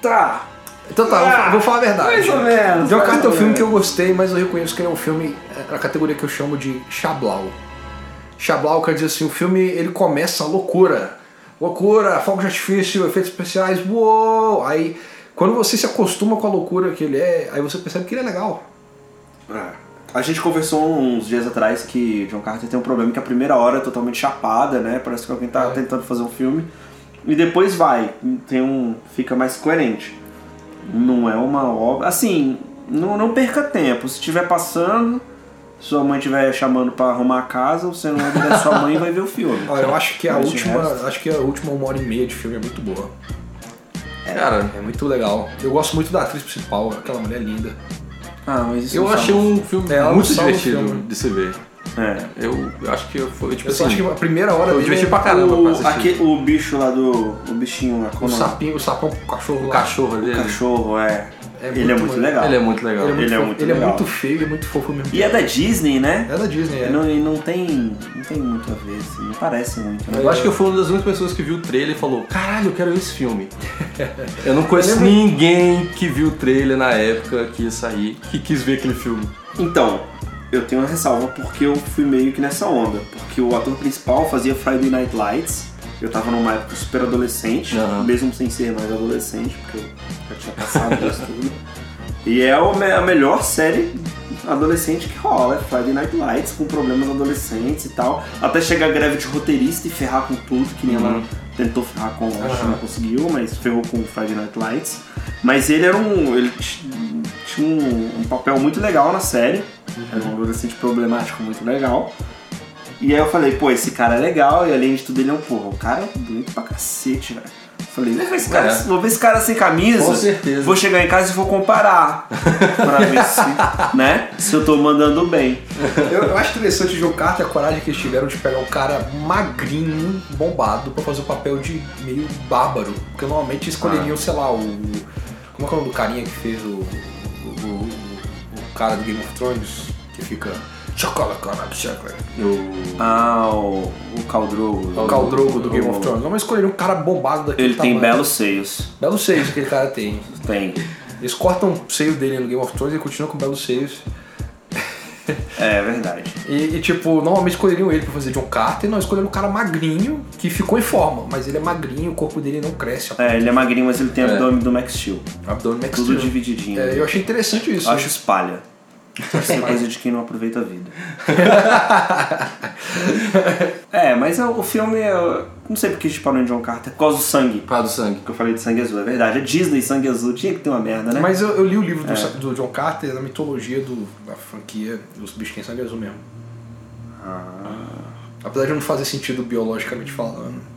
Speaker 2: Tá.
Speaker 1: Então tá,
Speaker 2: Ah,
Speaker 1: vou falar a verdade.
Speaker 2: mais ou menos,
Speaker 1: John
Speaker 2: mais
Speaker 1: Carter é
Speaker 2: ou
Speaker 1: um filme
Speaker 2: menos.
Speaker 1: que eu gostei, mas eu reconheço que ele é um filme é, na categoria que eu chamo de Chablau. Chablau quer dizer assim, o filme ele começa a loucura. Loucura, fogo de artifício, efeitos especiais, uou! Aí quando você se acostuma com a loucura que ele é, aí você percebe que ele é legal.
Speaker 2: É. A gente conversou uns dias atrás que John Carter tem um problema que a primeira hora é totalmente chapada, né? Parece que alguém
Speaker 1: É.
Speaker 2: tá tentando fazer um filme. E depois vai, tem um. fica mais coerente. Não é uma obra. Assim, não, não perca tempo. Se estiver passando, sua mãe estiver chamando pra arrumar a casa, você não vai ligar pra sua mãe e vai ver o filme.
Speaker 1: (laughs) Olha, eu acho que a
Speaker 2: Mas de
Speaker 1: última,
Speaker 2: resto-
Speaker 1: acho que a última uma hora e meia de filme é muito boa.
Speaker 3: Cara,
Speaker 1: É muito legal. Eu gosto muito da atriz principal, aquela mulher linda.
Speaker 2: Ah, mas isso
Speaker 3: eu
Speaker 2: não
Speaker 3: achei
Speaker 2: salva.
Speaker 3: um filme
Speaker 1: É, ela
Speaker 3: muito
Speaker 1: não salva o
Speaker 3: divertido
Speaker 1: filme.
Speaker 3: de se ver.
Speaker 2: É.
Speaker 3: Eu acho que foi tipo
Speaker 1: Eu só
Speaker 3: assim.
Speaker 1: acho que a primeira hora
Speaker 3: eu
Speaker 1: dele
Speaker 3: diverti
Speaker 1: é
Speaker 3: pra caramba
Speaker 2: O,
Speaker 3: pra assistir.
Speaker 2: aque- o bicho lá do. O bichinho lá,
Speaker 1: O
Speaker 2: como é o nome?
Speaker 1: sapinho, o sapão com o cachorro
Speaker 3: O
Speaker 1: lá.
Speaker 3: cachorro dele.
Speaker 2: cachorro, é.
Speaker 1: É
Speaker 2: ele
Speaker 1: muito
Speaker 2: é muito
Speaker 1: maneiro.
Speaker 2: legal.
Speaker 3: Ele é muito legal.
Speaker 2: Ele é
Speaker 1: fofo-
Speaker 2: muito
Speaker 1: ele
Speaker 2: legal.
Speaker 1: é muito feio e é muito fofo mesmo.
Speaker 2: E é da Disney, né?
Speaker 1: É da Disney, é.
Speaker 2: E não, e não tem. Não tem muito a ver, assim. Não parece muito, né?
Speaker 3: Eu acho que eu fui uma das únicas pessoas que viu o trailer e falou: Caralho, eu quero ver esse filme. (laughs) eu não conheço
Speaker 1: Eu lembro-
Speaker 3: ninguém que viu o trailer na época que ia sair, que quis ver aquele filme.
Speaker 2: Então, eu tenho uma ressalva porque eu fui meio que nessa onda. Porque o ator principal fazia Friday Night Lights. Eu tava numa época super adolescente,
Speaker 3: Aham.
Speaker 2: mesmo sem ser mais adolescente, porque eu já tinha passado isso tudo. E é o me- a melhor série adolescente que rola, é Friday Night Lights, com problemas adolescentes e tal. Até chegar a greve de roteirista e ferrar com tudo, que nem ela tentou ferrar com a Lost,
Speaker 1: Aham.
Speaker 2: não conseguiu, mas ferrou com Friday Night Lights. Mas ele era um. ele t- tinha um, um papel muito legal na série. Era um adolescente problemático muito legal. E aí eu falei, pô, esse cara é legal, e além de tudo ele é um porra, o cara é bonito pra cacete, velho. Falei, vou ver, esse cara,
Speaker 3: É.
Speaker 2: vou ver esse cara sem camisa.
Speaker 3: Com certeza.
Speaker 2: Vou chegar em casa e vou
Speaker 3: (laughs)
Speaker 2: comparar. pra ver se, né? Se eu tô mandando bem.
Speaker 1: Eu, eu acho interessante o John Carter a coragem que eles tiveram de pegar um cara magrinho, bombado, pra fazer o papel de meio bárbaro. Porque normalmente escolheriam, sei lá, o. Como é que é o nome do carinha que fez o. O, o- o cara do Game of Thrones que fica. Chocolate, cara, chocolate.
Speaker 3: Eu...
Speaker 2: Ah, o, o Caldrogo.
Speaker 1: O Caldrogo do Game of Thrones. tá Não, mas escolheram um cara bombado daquele
Speaker 2: Ele tem
Speaker 1: tamanho.
Speaker 2: belos seios.
Speaker 1: Belos seios aquele cara tem.
Speaker 2: Tem.
Speaker 1: Eles cortam o seio dele no Game of Thrones e ele continua com belos seios.
Speaker 2: É verdade.
Speaker 1: E, e, tipo, normalmente escolheriam ele pra fazer John Carter, não, escolheram um cara magrinho que ficou em forma, mas ele é magrinho, o corpo dele não cresce, o
Speaker 2: É, ele é magrinho, mas ele tem
Speaker 3: É.
Speaker 2: abdômen do Max Steel.
Speaker 1: abdômen é
Speaker 2: Tudo
Speaker 1: extremo.
Speaker 2: divididinho.
Speaker 1: É, eu achei interessante isso.
Speaker 2: Acho espalha. Isso é coisa de quem não aproveita a vida. é, mas é- o filme. eu Não sei porque a gente parou em John Carter. é Por causa do sangue.
Speaker 3: Por causa do sangue.
Speaker 2: Que eu falei de sangue azul, é verdade. A Disney sangue azul tinha que ter uma merda, né?
Speaker 1: Mas eu, eu li o livro do,
Speaker 3: É.
Speaker 1: Sa- do John Carter na mitologia do, da franquia dos bichos que têm sangue azul mesmo.
Speaker 2: Ah,
Speaker 1: Apesar de não fazer sentido biologicamente falando.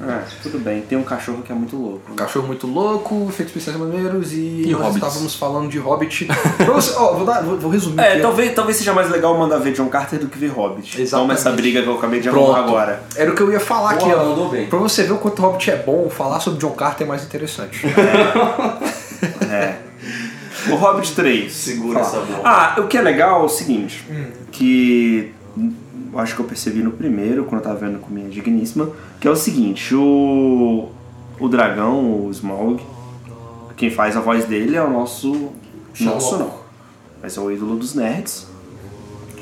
Speaker 2: É, tudo bem. Tem um cachorro que é muito louco.
Speaker 1: Um cachorro muito louco, efeitos especiais maneiros e,
Speaker 3: E
Speaker 1: nós
Speaker 3: hobbits.
Speaker 1: estávamos falando de Hobbit. Pra você- ó, vou, dar- vou- vou resumir.
Speaker 2: É,
Speaker 1: aqui.
Speaker 2: talvez, talvez seja mais legal mandar ver John Carter do que ver Hobbit. Toma
Speaker 1: Exatamente.
Speaker 2: essa briga que eu acabei de
Speaker 1: Pronto.
Speaker 2: arrumar agora.
Speaker 1: Era o que eu ia falar
Speaker 3: Boa,
Speaker 1: aqui, ó.
Speaker 3: mandou bem.
Speaker 1: Pra você ver o quanto Hobbit é bom, falar sobre John Carter é mais interessante.
Speaker 2: É. O Hobbit 3.
Speaker 3: Segura essa bola.
Speaker 2: Ah, o que é legal é o seguinte,
Speaker 1: Hum.
Speaker 2: que eu acho que eu percebi no primeiro, quando eu tava vendo com minha digníssima, que é o seguinte, o, o dragão, o Smaug, quem faz a voz dele é o nosso... Nosso
Speaker 1: Sherlock.
Speaker 2: não. Mas é o ídolo dos nerds.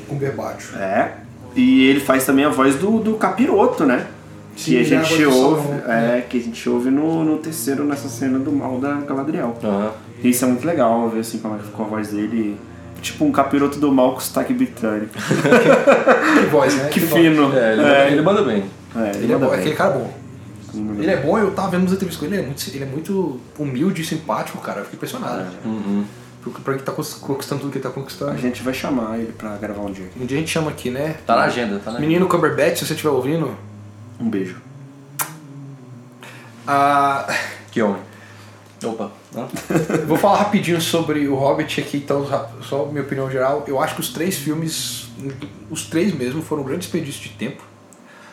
Speaker 1: Com Berbacho.
Speaker 2: É. E ele faz também a voz do, do capiroto, né?
Speaker 1: Sim,
Speaker 2: que a
Speaker 1: ele é a voz
Speaker 2: gente
Speaker 1: do
Speaker 2: ouve,
Speaker 1: Sauron,
Speaker 2: é, que a gente ouve no, no terceiro, nessa cena do mal da Galadriel.
Speaker 3: Aham.
Speaker 2: Isso é muito legal, ver assim como é que ficou a voz dele. Tipo um capiroto do mal com sotaque
Speaker 1: (laughs)
Speaker 2: britânico.
Speaker 1: Que voz, né?
Speaker 2: que
Speaker 1: voz.
Speaker 2: fino.
Speaker 3: É, ele,
Speaker 2: É.
Speaker 3: ele manda bem.
Speaker 2: É,
Speaker 1: Ele é
Speaker 2: manda
Speaker 1: bom,
Speaker 2: bem.
Speaker 1: aquele cara é bom.
Speaker 2: Manda
Speaker 1: Ele é bom, eu tava vendo umas entrevistas com ele, ele é muito, ele é muito humilde e simpático, cara. Eu fiquei impressionado.
Speaker 2: É.
Speaker 3: Uhum.
Speaker 1: Pro, pra ele tá cons- conquistando tudo que ele tá
Speaker 2: A
Speaker 1: conquistando.
Speaker 2: gente vai chamar ele pra gravar um dia.
Speaker 1: Um dia a gente chama aqui, né?
Speaker 3: Tá na agenda, tá na agenda.
Speaker 1: Menino Cumberbatch, se você estiver ouvindo.
Speaker 2: Um beijo.
Speaker 1: Ah, (laughs)
Speaker 3: Que homem. Opa. Hã?
Speaker 1: eu vou falar rapidinho sobre o Hobbit aqui, então, rap- só minha opinião geral. Eu acho que os três filmes, os três mesmo, foram um grande desperdício de tempo.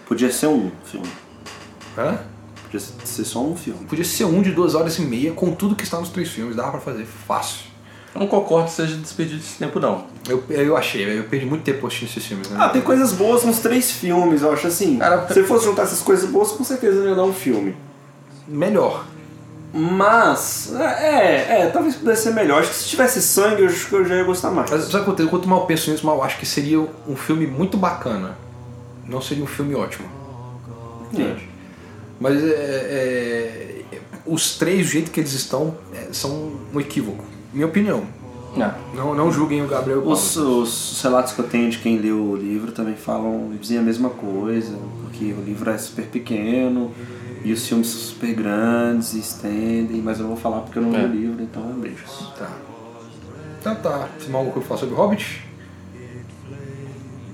Speaker 2: Podia ser um filme.
Speaker 1: Hã?
Speaker 2: Podia ser só um filme.
Speaker 1: Podia ser um de duas horas e meia, com tudo que está nos três filmes, dava pra fazer fácil.
Speaker 3: Eu (laughs) não concordo que seja despedido desse tempo, não.
Speaker 1: Eu, eu achei, eu perdi muito tempo assistindo esses filmes, né?
Speaker 2: Ah, tem coisas boas nos três filmes, eu acho assim.
Speaker 3: Cara,
Speaker 2: se fosse juntar essas coisas boas, com certeza não ia dar um filme.
Speaker 1: Melhor.
Speaker 2: Mas, é, é, talvez pudesse ser melhor. Acho que se tivesse sangue, eu acho que eu já ia gostar mais.
Speaker 1: Mas sabe o que acontece? Quanto mal eu penso nisso, mal eu acho que seria um filme muito bacana. Não seria um filme ótimo.
Speaker 2: Entende?
Speaker 1: Mas é, é, os três, do jeito que eles estão, é, são um equívoco. Minha opinião.
Speaker 3: Ah,
Speaker 1: Não, não julguem o Gabriel e o Paulo.
Speaker 2: Os, os relatos que eu tenho de quem leu o livro também falam dizem a mesma coisa, porque o livro é super pequeno e os filmes são super grandes e estendem, mas eu não vou falar porque eu não li o livro, então beijos.
Speaker 1: Tá. Então tá. Se mal que eu falar sobre Hobbit?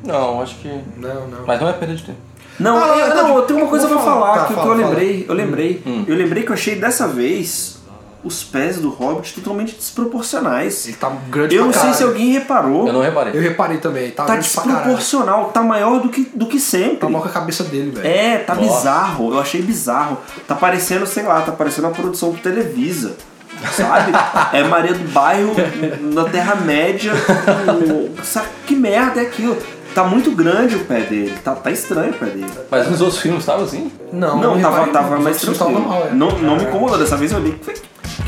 Speaker 3: não, acho que.
Speaker 1: Não, não.
Speaker 3: Mas não é perda de tempo.
Speaker 2: Não,
Speaker 1: Ah,
Speaker 2: eu,
Speaker 1: tá
Speaker 2: não,
Speaker 1: de-
Speaker 2: eu tenho uma coisa
Speaker 1: vou
Speaker 2: pra falar,
Speaker 1: falar. Tá,
Speaker 2: que,
Speaker 1: fala,
Speaker 2: que eu
Speaker 1: fala.
Speaker 2: lembrei, eu lembrei. Eu lembrei que eu achei dessa vez os pés do Hobbit totalmente desproporcionais.
Speaker 1: Ele tá grande
Speaker 2: Eu
Speaker 1: pra
Speaker 2: não sei
Speaker 1: caralho.
Speaker 2: se alguém reparou.
Speaker 3: Eu não reparei.
Speaker 1: Eu reparei também. Ele tá,
Speaker 2: Tá
Speaker 1: grande pra caralho.
Speaker 2: desproporcional, tá maior do que, do que sempre.
Speaker 1: Tá mal com a cabeça dele, velho.
Speaker 2: É, tá
Speaker 3: Nossa.
Speaker 2: bizarro. Eu achei bizarro. Tá parecendo, sei lá, tá parecendo uma produção do Televisa.
Speaker 1: (laughs)
Speaker 2: Sabe? é Maria do Bairro na Terra-média. com- Sabe que merda é aquilo? Tá muito grande o pé dele. Tá, tá estranho o pé dele.
Speaker 3: Mas nos outros filmes tava assim?
Speaker 1: Não,
Speaker 2: Não,
Speaker 1: eu
Speaker 2: tava,
Speaker 1: reparei,
Speaker 2: tava
Speaker 1: os
Speaker 2: mais
Speaker 1: outros filmes tavam
Speaker 2: tranquilo.
Speaker 1: normal, é.
Speaker 2: não, não me incomodou dessa vez, eu li. que foi-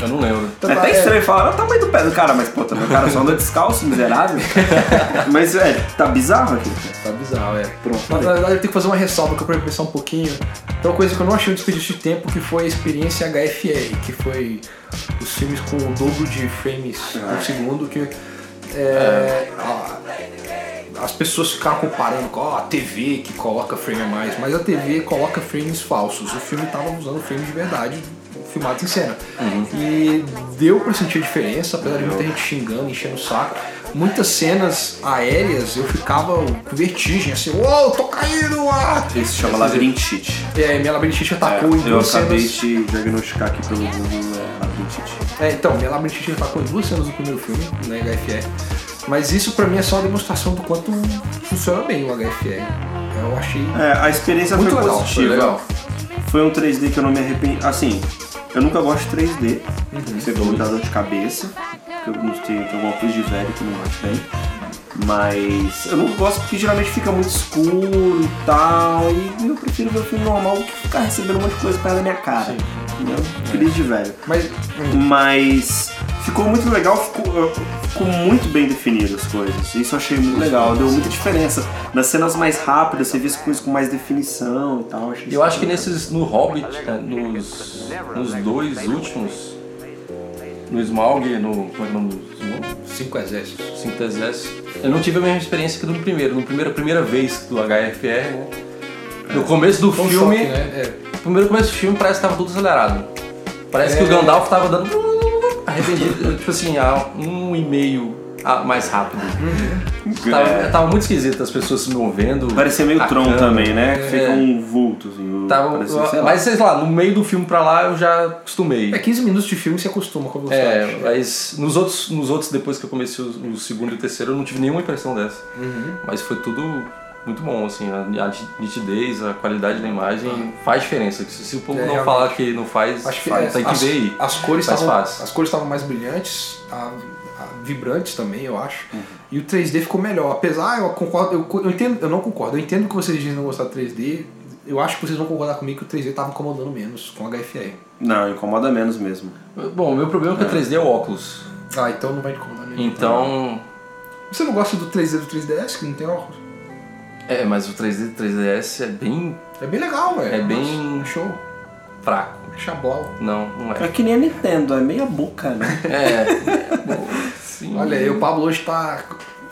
Speaker 3: Eu não lembro.
Speaker 1: Então
Speaker 2: É
Speaker 1: tá,
Speaker 2: até
Speaker 1: é.
Speaker 2: estranho falar, "Ah, o tamanho do pé do cara, mas pô, também o cara só anda descalço,
Speaker 1: (laughs)
Speaker 2: miserável. mas é, tá bizarro aquilo. cara.
Speaker 1: Tá bizarro, é.
Speaker 2: Pronto.
Speaker 1: Mas, na verdade, eu tenho que fazer uma ressalva que eu quero pensar um pouquinho. Tem uma coisa que eu não achei um desperdício de tempo, que foi a experiência HFR, que foi os filmes com o dobro de frames por segundo, que é, a- as pessoas ficaram comparando com ó, a TV que coloca frame a mais, mas a TV coloca frames falsos. O filme tava usando frames de verdade filmados em cena.
Speaker 2: Uhum.
Speaker 1: E deu pra sentir a diferença, apesar de muita gente xingando, enchendo o saco. Muitas cenas aéreas eu ficava com vertigem, assim, uou, tô caindo! Ah!
Speaker 2: Isso se chama labirintite.
Speaker 1: É, minha labirintite
Speaker 2: É,
Speaker 1: atacou em
Speaker 2: eu
Speaker 1: duas
Speaker 2: acabei
Speaker 1: cenas.
Speaker 2: de diagnosticar aqui pelo Google é, labirintite.
Speaker 1: É, então, minha labirintite atacou em duas cenas do primeiro filme, né, HFR. Mas isso pra mim é só uma demonstração do quanto funciona bem o HFR. Eu achei
Speaker 2: É, a experiência
Speaker 1: muito
Speaker 2: foi
Speaker 1: legal.
Speaker 2: positiva.
Speaker 1: Foi legal.
Speaker 2: Foi um 3D que eu não me arrependi. Assim, eu nunca gosto de 3D.
Speaker 1: Uhum.
Speaker 2: Você dá muita dor de cabeça. Porque eu não tenho tem alguma coisa de velho que eu não gosto bem. né? Mas eu não gosto porque geralmente fica muito escuro e tal. E eu prefiro ver o filme normal do que ficar recebendo um monte de coisa perto da minha cara. Entendeu? Crise de velho.
Speaker 1: Mas
Speaker 2: mas ficou muito legal, ficou, ficou muito bem definido as coisas. Isso eu achei muito legal, deu muita diferença. Nas cenas mais rápidas, você via as coisas com mais definição e tal. achei
Speaker 3: Eu
Speaker 2: isso
Speaker 3: acho que
Speaker 2: legal.
Speaker 3: nesses, no Hobbit, né, nos, nos dois últimos, no Smaug e no. Como é o nome do Smaug?
Speaker 1: cinco exércitos.
Speaker 3: Cinco das Dez, eu não tive a mesma experiência que do primeiro. No primeiro, a primeira vez do HFR, né? No começo do
Speaker 1: Foi um
Speaker 3: filme.
Speaker 1: choque, né?
Speaker 3: No primeiro começo do filme parece que tava tudo acelerado. Parece que o
Speaker 1: É.
Speaker 3: (laughs) Gandalf tava dando. Arrependido. tipo assim, a um e meio ah, mais rápido. Tava,
Speaker 2: É.
Speaker 3: tava muito esquisito as pessoas se movendo.
Speaker 2: Parecia meio
Speaker 3: a
Speaker 2: Tron
Speaker 3: câmera.
Speaker 2: também, né? Que Fica
Speaker 3: É.
Speaker 2: um vulto, assim.
Speaker 3: Tava, um-
Speaker 2: parecia, sei lá.
Speaker 3: mas sei lá, no meio do filme pra lá eu já acostumei.
Speaker 1: É 15 minutos de filme você acostuma com a
Speaker 3: É,
Speaker 1: velocidade.
Speaker 3: mas nos outros, nos outros, depois que eu comecei o, o segundo e o terceiro, eu não tive nenhuma impressão dessa.
Speaker 1: Uhum.
Speaker 3: Mas foi tudo muito bom, assim, a, a nitidez, a qualidade da imagem faz diferença. Se, se o povo
Speaker 1: Ah. É,
Speaker 3: não
Speaker 1: realmente.
Speaker 3: falar que não faz,
Speaker 1: Acho que
Speaker 3: faz,
Speaker 1: é,
Speaker 3: tem que
Speaker 1: as,
Speaker 3: ver aí.
Speaker 1: as cores
Speaker 3: Faz
Speaker 1: estavam
Speaker 3: fácil.
Speaker 1: as cores estavam mais brilhantes, a- a- vibrantes também, eu acho.
Speaker 3: Uhum.
Speaker 1: E o 3D ficou melhor. Apesar, eu concordo, eu, co- eu entendo, eu não concordo. Eu entendo que vocês dizem não gostar do 3D. Eu acho que vocês vão concordar comigo que o 3D tava incomodando menos com o HFR.
Speaker 2: Não, incomoda menos mesmo.
Speaker 3: Bom, o meu problema com o 3D é o óculos.
Speaker 1: Ah, então não vai incomodar nenhum.
Speaker 3: Então.
Speaker 1: Você não gosta do 3D do 3DS, que não tem óculos?
Speaker 3: É, mas o 3D do 3DS é bem
Speaker 1: É bem legal, velho.
Speaker 3: É bem-
Speaker 1: Nossa, Show.
Speaker 3: fraco.
Speaker 1: É Chabola.
Speaker 3: Não, não
Speaker 1: (laughs)
Speaker 2: É
Speaker 3: é.
Speaker 2: que nem a Nintendo, é meia boca, né?
Speaker 3: É. bom, sim.
Speaker 1: Olha aí, o Pablo hoje tá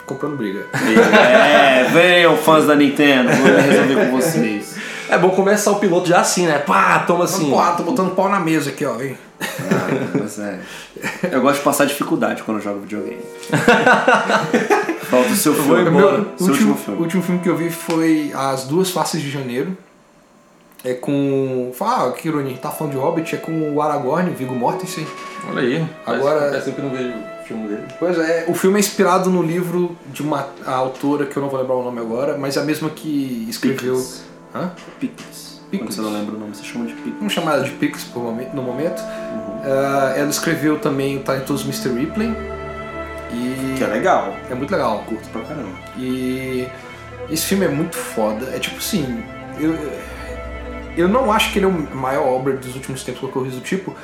Speaker 1: comprando briga.
Speaker 2: (laughs)
Speaker 1: Tá
Speaker 2: é, venham, fãs da Nintendo, vou resolver com vocês.
Speaker 3: É bom começar o piloto já assim, né? Pá, toma assim.
Speaker 1: Porra, tô botando pau na mesa aqui, ó. Hein?
Speaker 2: Ah, mas é. Eu gosto de passar dificuldade quando eu jogo (laughs) videogame. Falta o seu filme.
Speaker 1: O meu
Speaker 2: Seu último filme.
Speaker 1: último filme que eu vi foi As Duas Faces de Janeiro. É com. Ah, que ironia, tá falando de Hobbit, é com o Aragorn, o Viggo Mortensen.
Speaker 3: Olha aí.
Speaker 1: Agora-
Speaker 3: É sempre não vejo o filme dele.
Speaker 1: Pois é, o filme é inspirado no livro de uma a autora que eu não vou lembrar o nome agora, mas é a mesma que escreveu.
Speaker 2: Pickles.
Speaker 1: Hã?
Speaker 2: Pickles. Quando
Speaker 1: Pickles.
Speaker 2: você não lembra o nome, você chama de Pickles.
Speaker 1: Vamos chamar ela de Pix por momen- no momento.
Speaker 2: Uhum.
Speaker 1: Ah, ela escreveu também o Talentoso Mr. Ripley. E.
Speaker 2: Que é legal.
Speaker 1: É muito legal.
Speaker 2: Curto pra caramba.
Speaker 1: E esse filme é muito foda. É tipo assim, eu, eu não acho que ele é a maior obra dos últimos tempos qualquer coisa do tipo,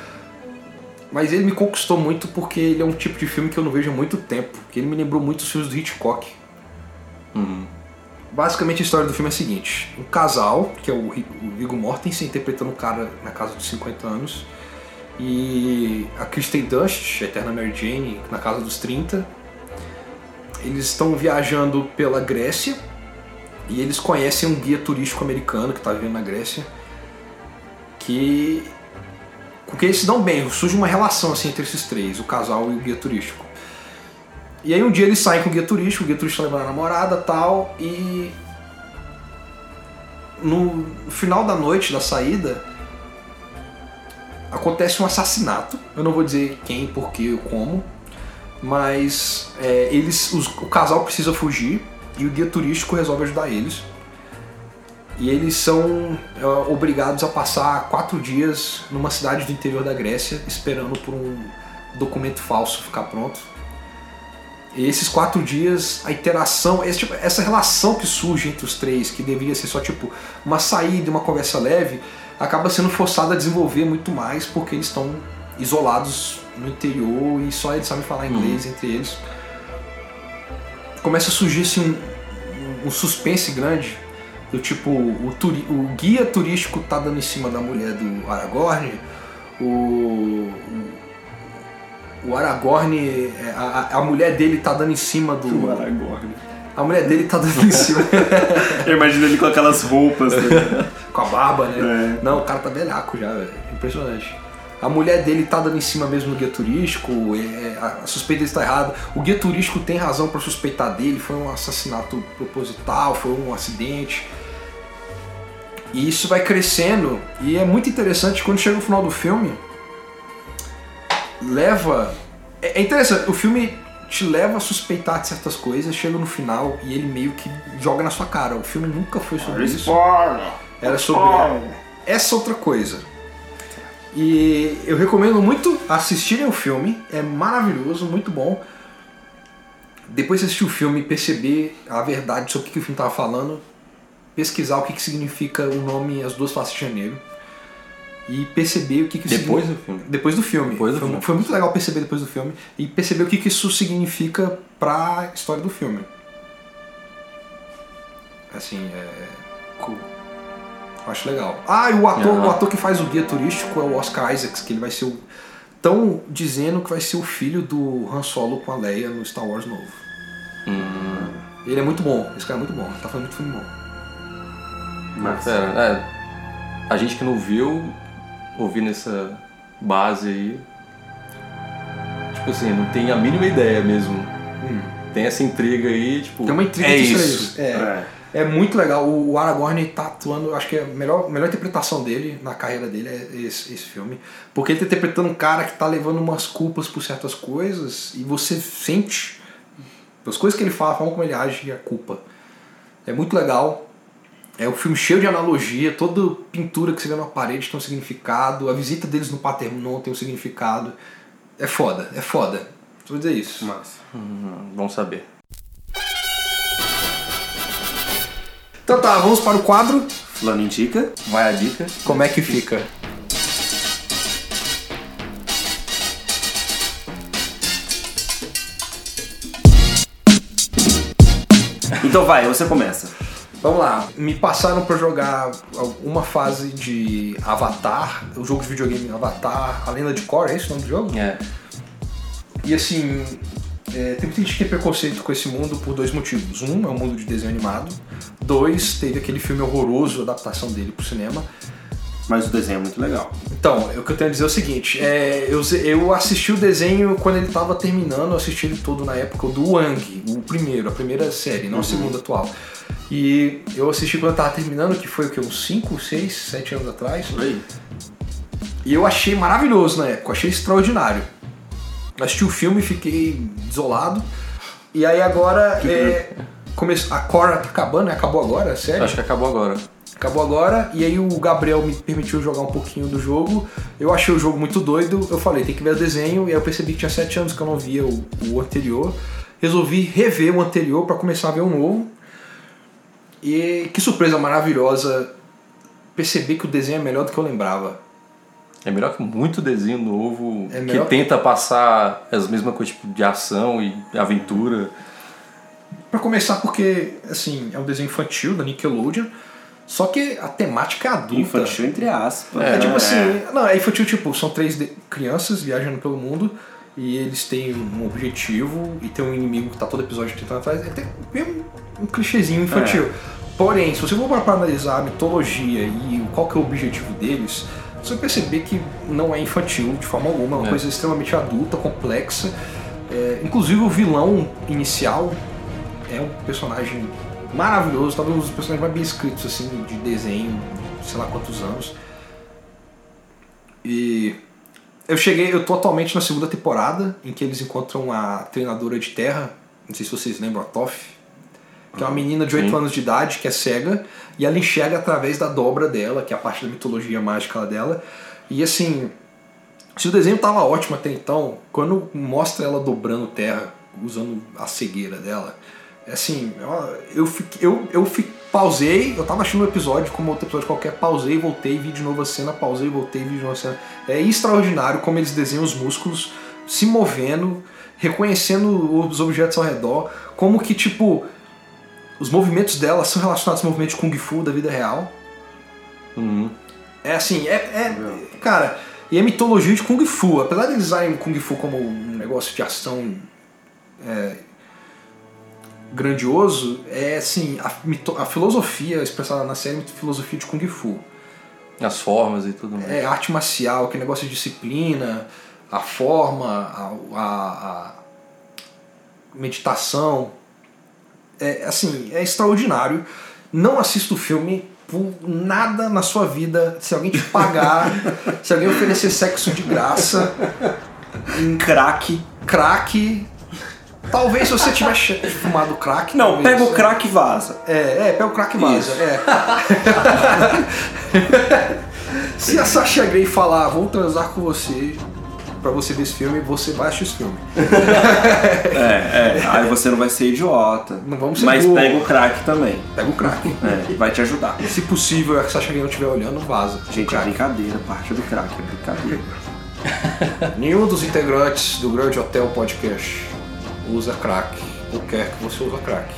Speaker 1: mas ele me conquistou muito porque ele é um tipo de filme que eu não vejo há muito tempo. Que ele me lembrou muito os filmes do Hitchcock. Basicamente a história do filme é a seguinte: um casal, que é o, Ri- o Viggo Mortensen interpretando um cara na casa dos 50 anos, e a Kristen Dunst, a eterna Mary Jane, na casa dos 30. Eles estão viajando pela Grécia e eles conhecem um guia turístico americano que está vivendo na Grécia, que com quem eles se dão bem. Surge uma relação assim entre esses três, o casal e o guia turístico. E aí um dia eles saem com o guia turístico, o guia turístico leva a namorada tal, e no final da noite da saída acontece um assassinato. Eu não vou dizer quem, porquê, como, mas é, eles, os- o casal precisa fugir e o guia turístico resolve ajudar eles. E eles são é, obrigados a passar quatro dias numa cidade do interior da Grécia esperando por um documento falso ficar pronto. E esses quatro dias, a interação, esse tipo- essa relação que surge entre os três, que deveria ser só tipo uma saída, uma conversa leve, acaba sendo forçada a desenvolver muito mais porque eles estão isolados no interior e só eles sabem falar inglês entre eles. Começa a surgir assim, um, um suspense grande do tipo o, turi- o guia turístico tá dando em cima da mulher do Aragorn, o o Aragorn, é, a, a- a mulher dele tá dando em cima
Speaker 2: O
Speaker 1: do.
Speaker 2: Aragorn.
Speaker 1: A mulher dele tá dando em cima.
Speaker 2: Eu imagino ele com aquelas roupas. né?
Speaker 1: com a barba, né?
Speaker 2: É.
Speaker 1: Não, o cara tá velhaco já, velho. Impressionante. A mulher dele tá dando em cima mesmo do guia turístico, é, a a suspeita dele tá errada. O guia turístico tem razão pra suspeitar dele, foi um assassinato proposital, foi um acidente. E isso vai crescendo, e é muito interessante quando chega no final do filme. Leva. É é interessante, o filme te leva a suspeitar de certas coisas, chega no final e ele meio que joga na sua cara. O filme nunca foi sobre isso.
Speaker 2: Spoiler!
Speaker 1: Era sobre essa outra coisa. E eu recomendo muito assistirem o filme, é maravilhoso, muito bom. Depois de assistir o filme e perceber a verdade sobre o que o filme estava falando, pesquisar o que, que significa o nome As Duas Faces de Janeiro e perceber o que, que isso
Speaker 3: Depois
Speaker 1: signi-
Speaker 3: do filme?
Speaker 1: Depois do filme.
Speaker 3: Depois do
Speaker 1: foi,
Speaker 3: filme.
Speaker 1: foi muito legal perceber depois do filme e perceber o que, que isso significa pra história do filme. Assim, é. co- eu Acho legal. Ah, e o ator,
Speaker 3: Ah.
Speaker 1: o ator que faz o guia turístico é o Oscar Isaacs, que ele vai ser o. Estão dizendo que vai ser o filho do Han Solo com a Leia no Star Wars novo.
Speaker 3: Hum.
Speaker 1: Ele é muito bom, esse cara é muito bom, tá fazendo muito filme bom.
Speaker 2: Massa.
Speaker 3: Pera, é. A gente que não viu, ouvindo essa base aí. Tipo assim, não tem a mínima ideia mesmo Tem essa intriga aí, tipo.
Speaker 1: Hum. Tem uma intriga
Speaker 3: é
Speaker 1: entre os
Speaker 3: isso.
Speaker 1: três. É. É muito legal. O o Aragorn tá atuando, acho que é a melhor, melhor interpretação dele na carreira dele é esse, esse filme. Porque ele tá interpretando um cara que tá levando umas culpas por certas coisas e você sente as coisas que ele fala, a forma como ele age e a culpa. É muito legal. É um filme cheio de analogia, toda pintura que você vê na parede tem um significado, a visita deles no Paternon tem um significado. É foda, é foda. Só vou dizer isso.
Speaker 2: É, Massa.
Speaker 3: Hum, Vamos saber.
Speaker 1: Então tá, vamos para o quadro.
Speaker 2: Fulano indica.
Speaker 3: Vai a dica.
Speaker 1: Como é que fica?
Speaker 2: Então vai, você começa.
Speaker 1: Vamos lá, me passaram pra jogar uma fase de Avatar, o jogo de videogame Avatar, a Lenda de Korra, é esse o nome do jogo?
Speaker 3: É.
Speaker 1: E assim, é, tem muita gente que tem preconceito com esse mundo por dois motivos. Um, é um mundo de desenho animado. Dois, teve aquele filme horroroso, a adaptação dele pro cinema.
Speaker 2: Mas o desenho é muito legal.
Speaker 1: Então, o que eu tenho a dizer é o seguinte: é, eu, ze- eu assisti o desenho quando ele tava terminando, eu assisti ele todo na época do Wang, o primeiro, a primeira série, não a segunda atual. E eu assisti quando eu tava terminando, que foi o que? Uns 5, 6, 7 anos atrás.
Speaker 2: Aí.
Speaker 1: E eu achei maravilhoso na época, eu achei extraordinário. Assisti o filme, fiquei desolado. E aí agora é, começou, a Cora tá acabando, né? Acabou agora, sério?
Speaker 3: Acho que acabou agora.
Speaker 1: Acabou agora, e aí o Gabriel me permitiu jogar um pouquinho do jogo. Eu achei o jogo muito doido, eu falei, tem que ver o desenho, e aí eu percebi que tinha 7 anos que eu não via o, o anterior. Resolvi rever o anterior pra começar a ver o novo. E que surpresa maravilhosa perceber que o desenho é melhor do que eu lembrava.
Speaker 3: É melhor que muito desenho novo
Speaker 1: É
Speaker 3: que
Speaker 1: melhor-
Speaker 3: tenta passar as mesmas coisas tipo, de ação e aventura.
Speaker 1: Pra começar, porque assim, é um desenho infantil da Nickelodeon, só que a temática é adulta.
Speaker 2: Infantil entre aspas.
Speaker 1: É,
Speaker 2: né?
Speaker 1: tipo assim, não, é infantil, tipo, são três de- crianças viajando pelo mundo e eles têm um objetivo e tem um inimigo que tá todo episódio tentando atrás. É até mesmo um clichêzinho infantil. Porém, se você for parar pra analisar a mitologia e o- qual que é o objetivo deles, você vai perceber que não é infantil de forma alguma, é uma
Speaker 3: É.
Speaker 1: coisa extremamente adulta, complexa. É, inclusive o vilão inicial é um personagem maravilhoso, talvez um dos personagens mais bem escritos assim, de desenho, sei lá quantos anos. E eu cheguei, eu tô atualmente na segunda temporada, em que eles encontram a treinadora de terra, não sei se vocês lembram, a Toff, que é uma menina de 8
Speaker 3: Sim.
Speaker 1: anos de idade, que é cega, e ela enxerga através da dobra dela, que é a parte da mitologia mágica dela. E assim, se o desenho tava ótimo até então, quando mostra ela dobrando terra, usando a cegueira dela, é assim, ó, eu, fiquei- eu, eu fi- pausei, eu tava achando o episódio como outro episódio qualquer, pausei, voltei, vi de novo a cena, pausei, voltei, vi de novo a cena. É extraordinário como eles desenham os músculos, se movendo, reconhecendo os objetos ao redor, como que, tipo, os movimentos dela são relacionados aos movimentos de Kung Fu da vida real.
Speaker 3: Uhum.
Speaker 1: É assim, é, é- Cara, e é mitologia de Kung Fu. Apesar de eles usarem Kung Fu como um negócio de ação é, grandioso, é assim, a, mito- a filosofia expressada na série é muito filosofia de Kung Fu.
Speaker 3: As formas e tudo mais.
Speaker 1: É arte marcial, aquele negócio de disciplina, a forma, a, a- a meditação. É assim, é extraordinário. Não assista o filme por nada na sua vida. Se alguém te
Speaker 2: (laughs)
Speaker 1: pagar, se alguém oferecer sexo de graça,
Speaker 2: Um Crack.
Speaker 1: crack. Talvez se você tiver che- fumado crack.
Speaker 2: Não,
Speaker 1: talvez.
Speaker 2: pega o crack e vaza.
Speaker 1: É, é, pega o crack e vaza.
Speaker 2: Isso. (laughs)
Speaker 1: É. Se a Sasha Grey falar, "Ah, vou transar com você pra você ver esse filme, você baixa esse filme.
Speaker 2: É, é. Aí você não vai ser idiota.
Speaker 1: Não vamos ser
Speaker 2: Mas
Speaker 1: burro.
Speaker 2: pega o crack também.
Speaker 1: Pega o crack.
Speaker 2: É, vai te ajudar.
Speaker 1: Se possível, a Sasha Grey não estiver olhando, vaza.
Speaker 2: Gente, é
Speaker 1: Crack.
Speaker 2: brincadeira, parte do crack, é brincadeira.
Speaker 1: Nenhum dos integrantes do Grande Hotel Podcast usa crack ou quer que você use crack.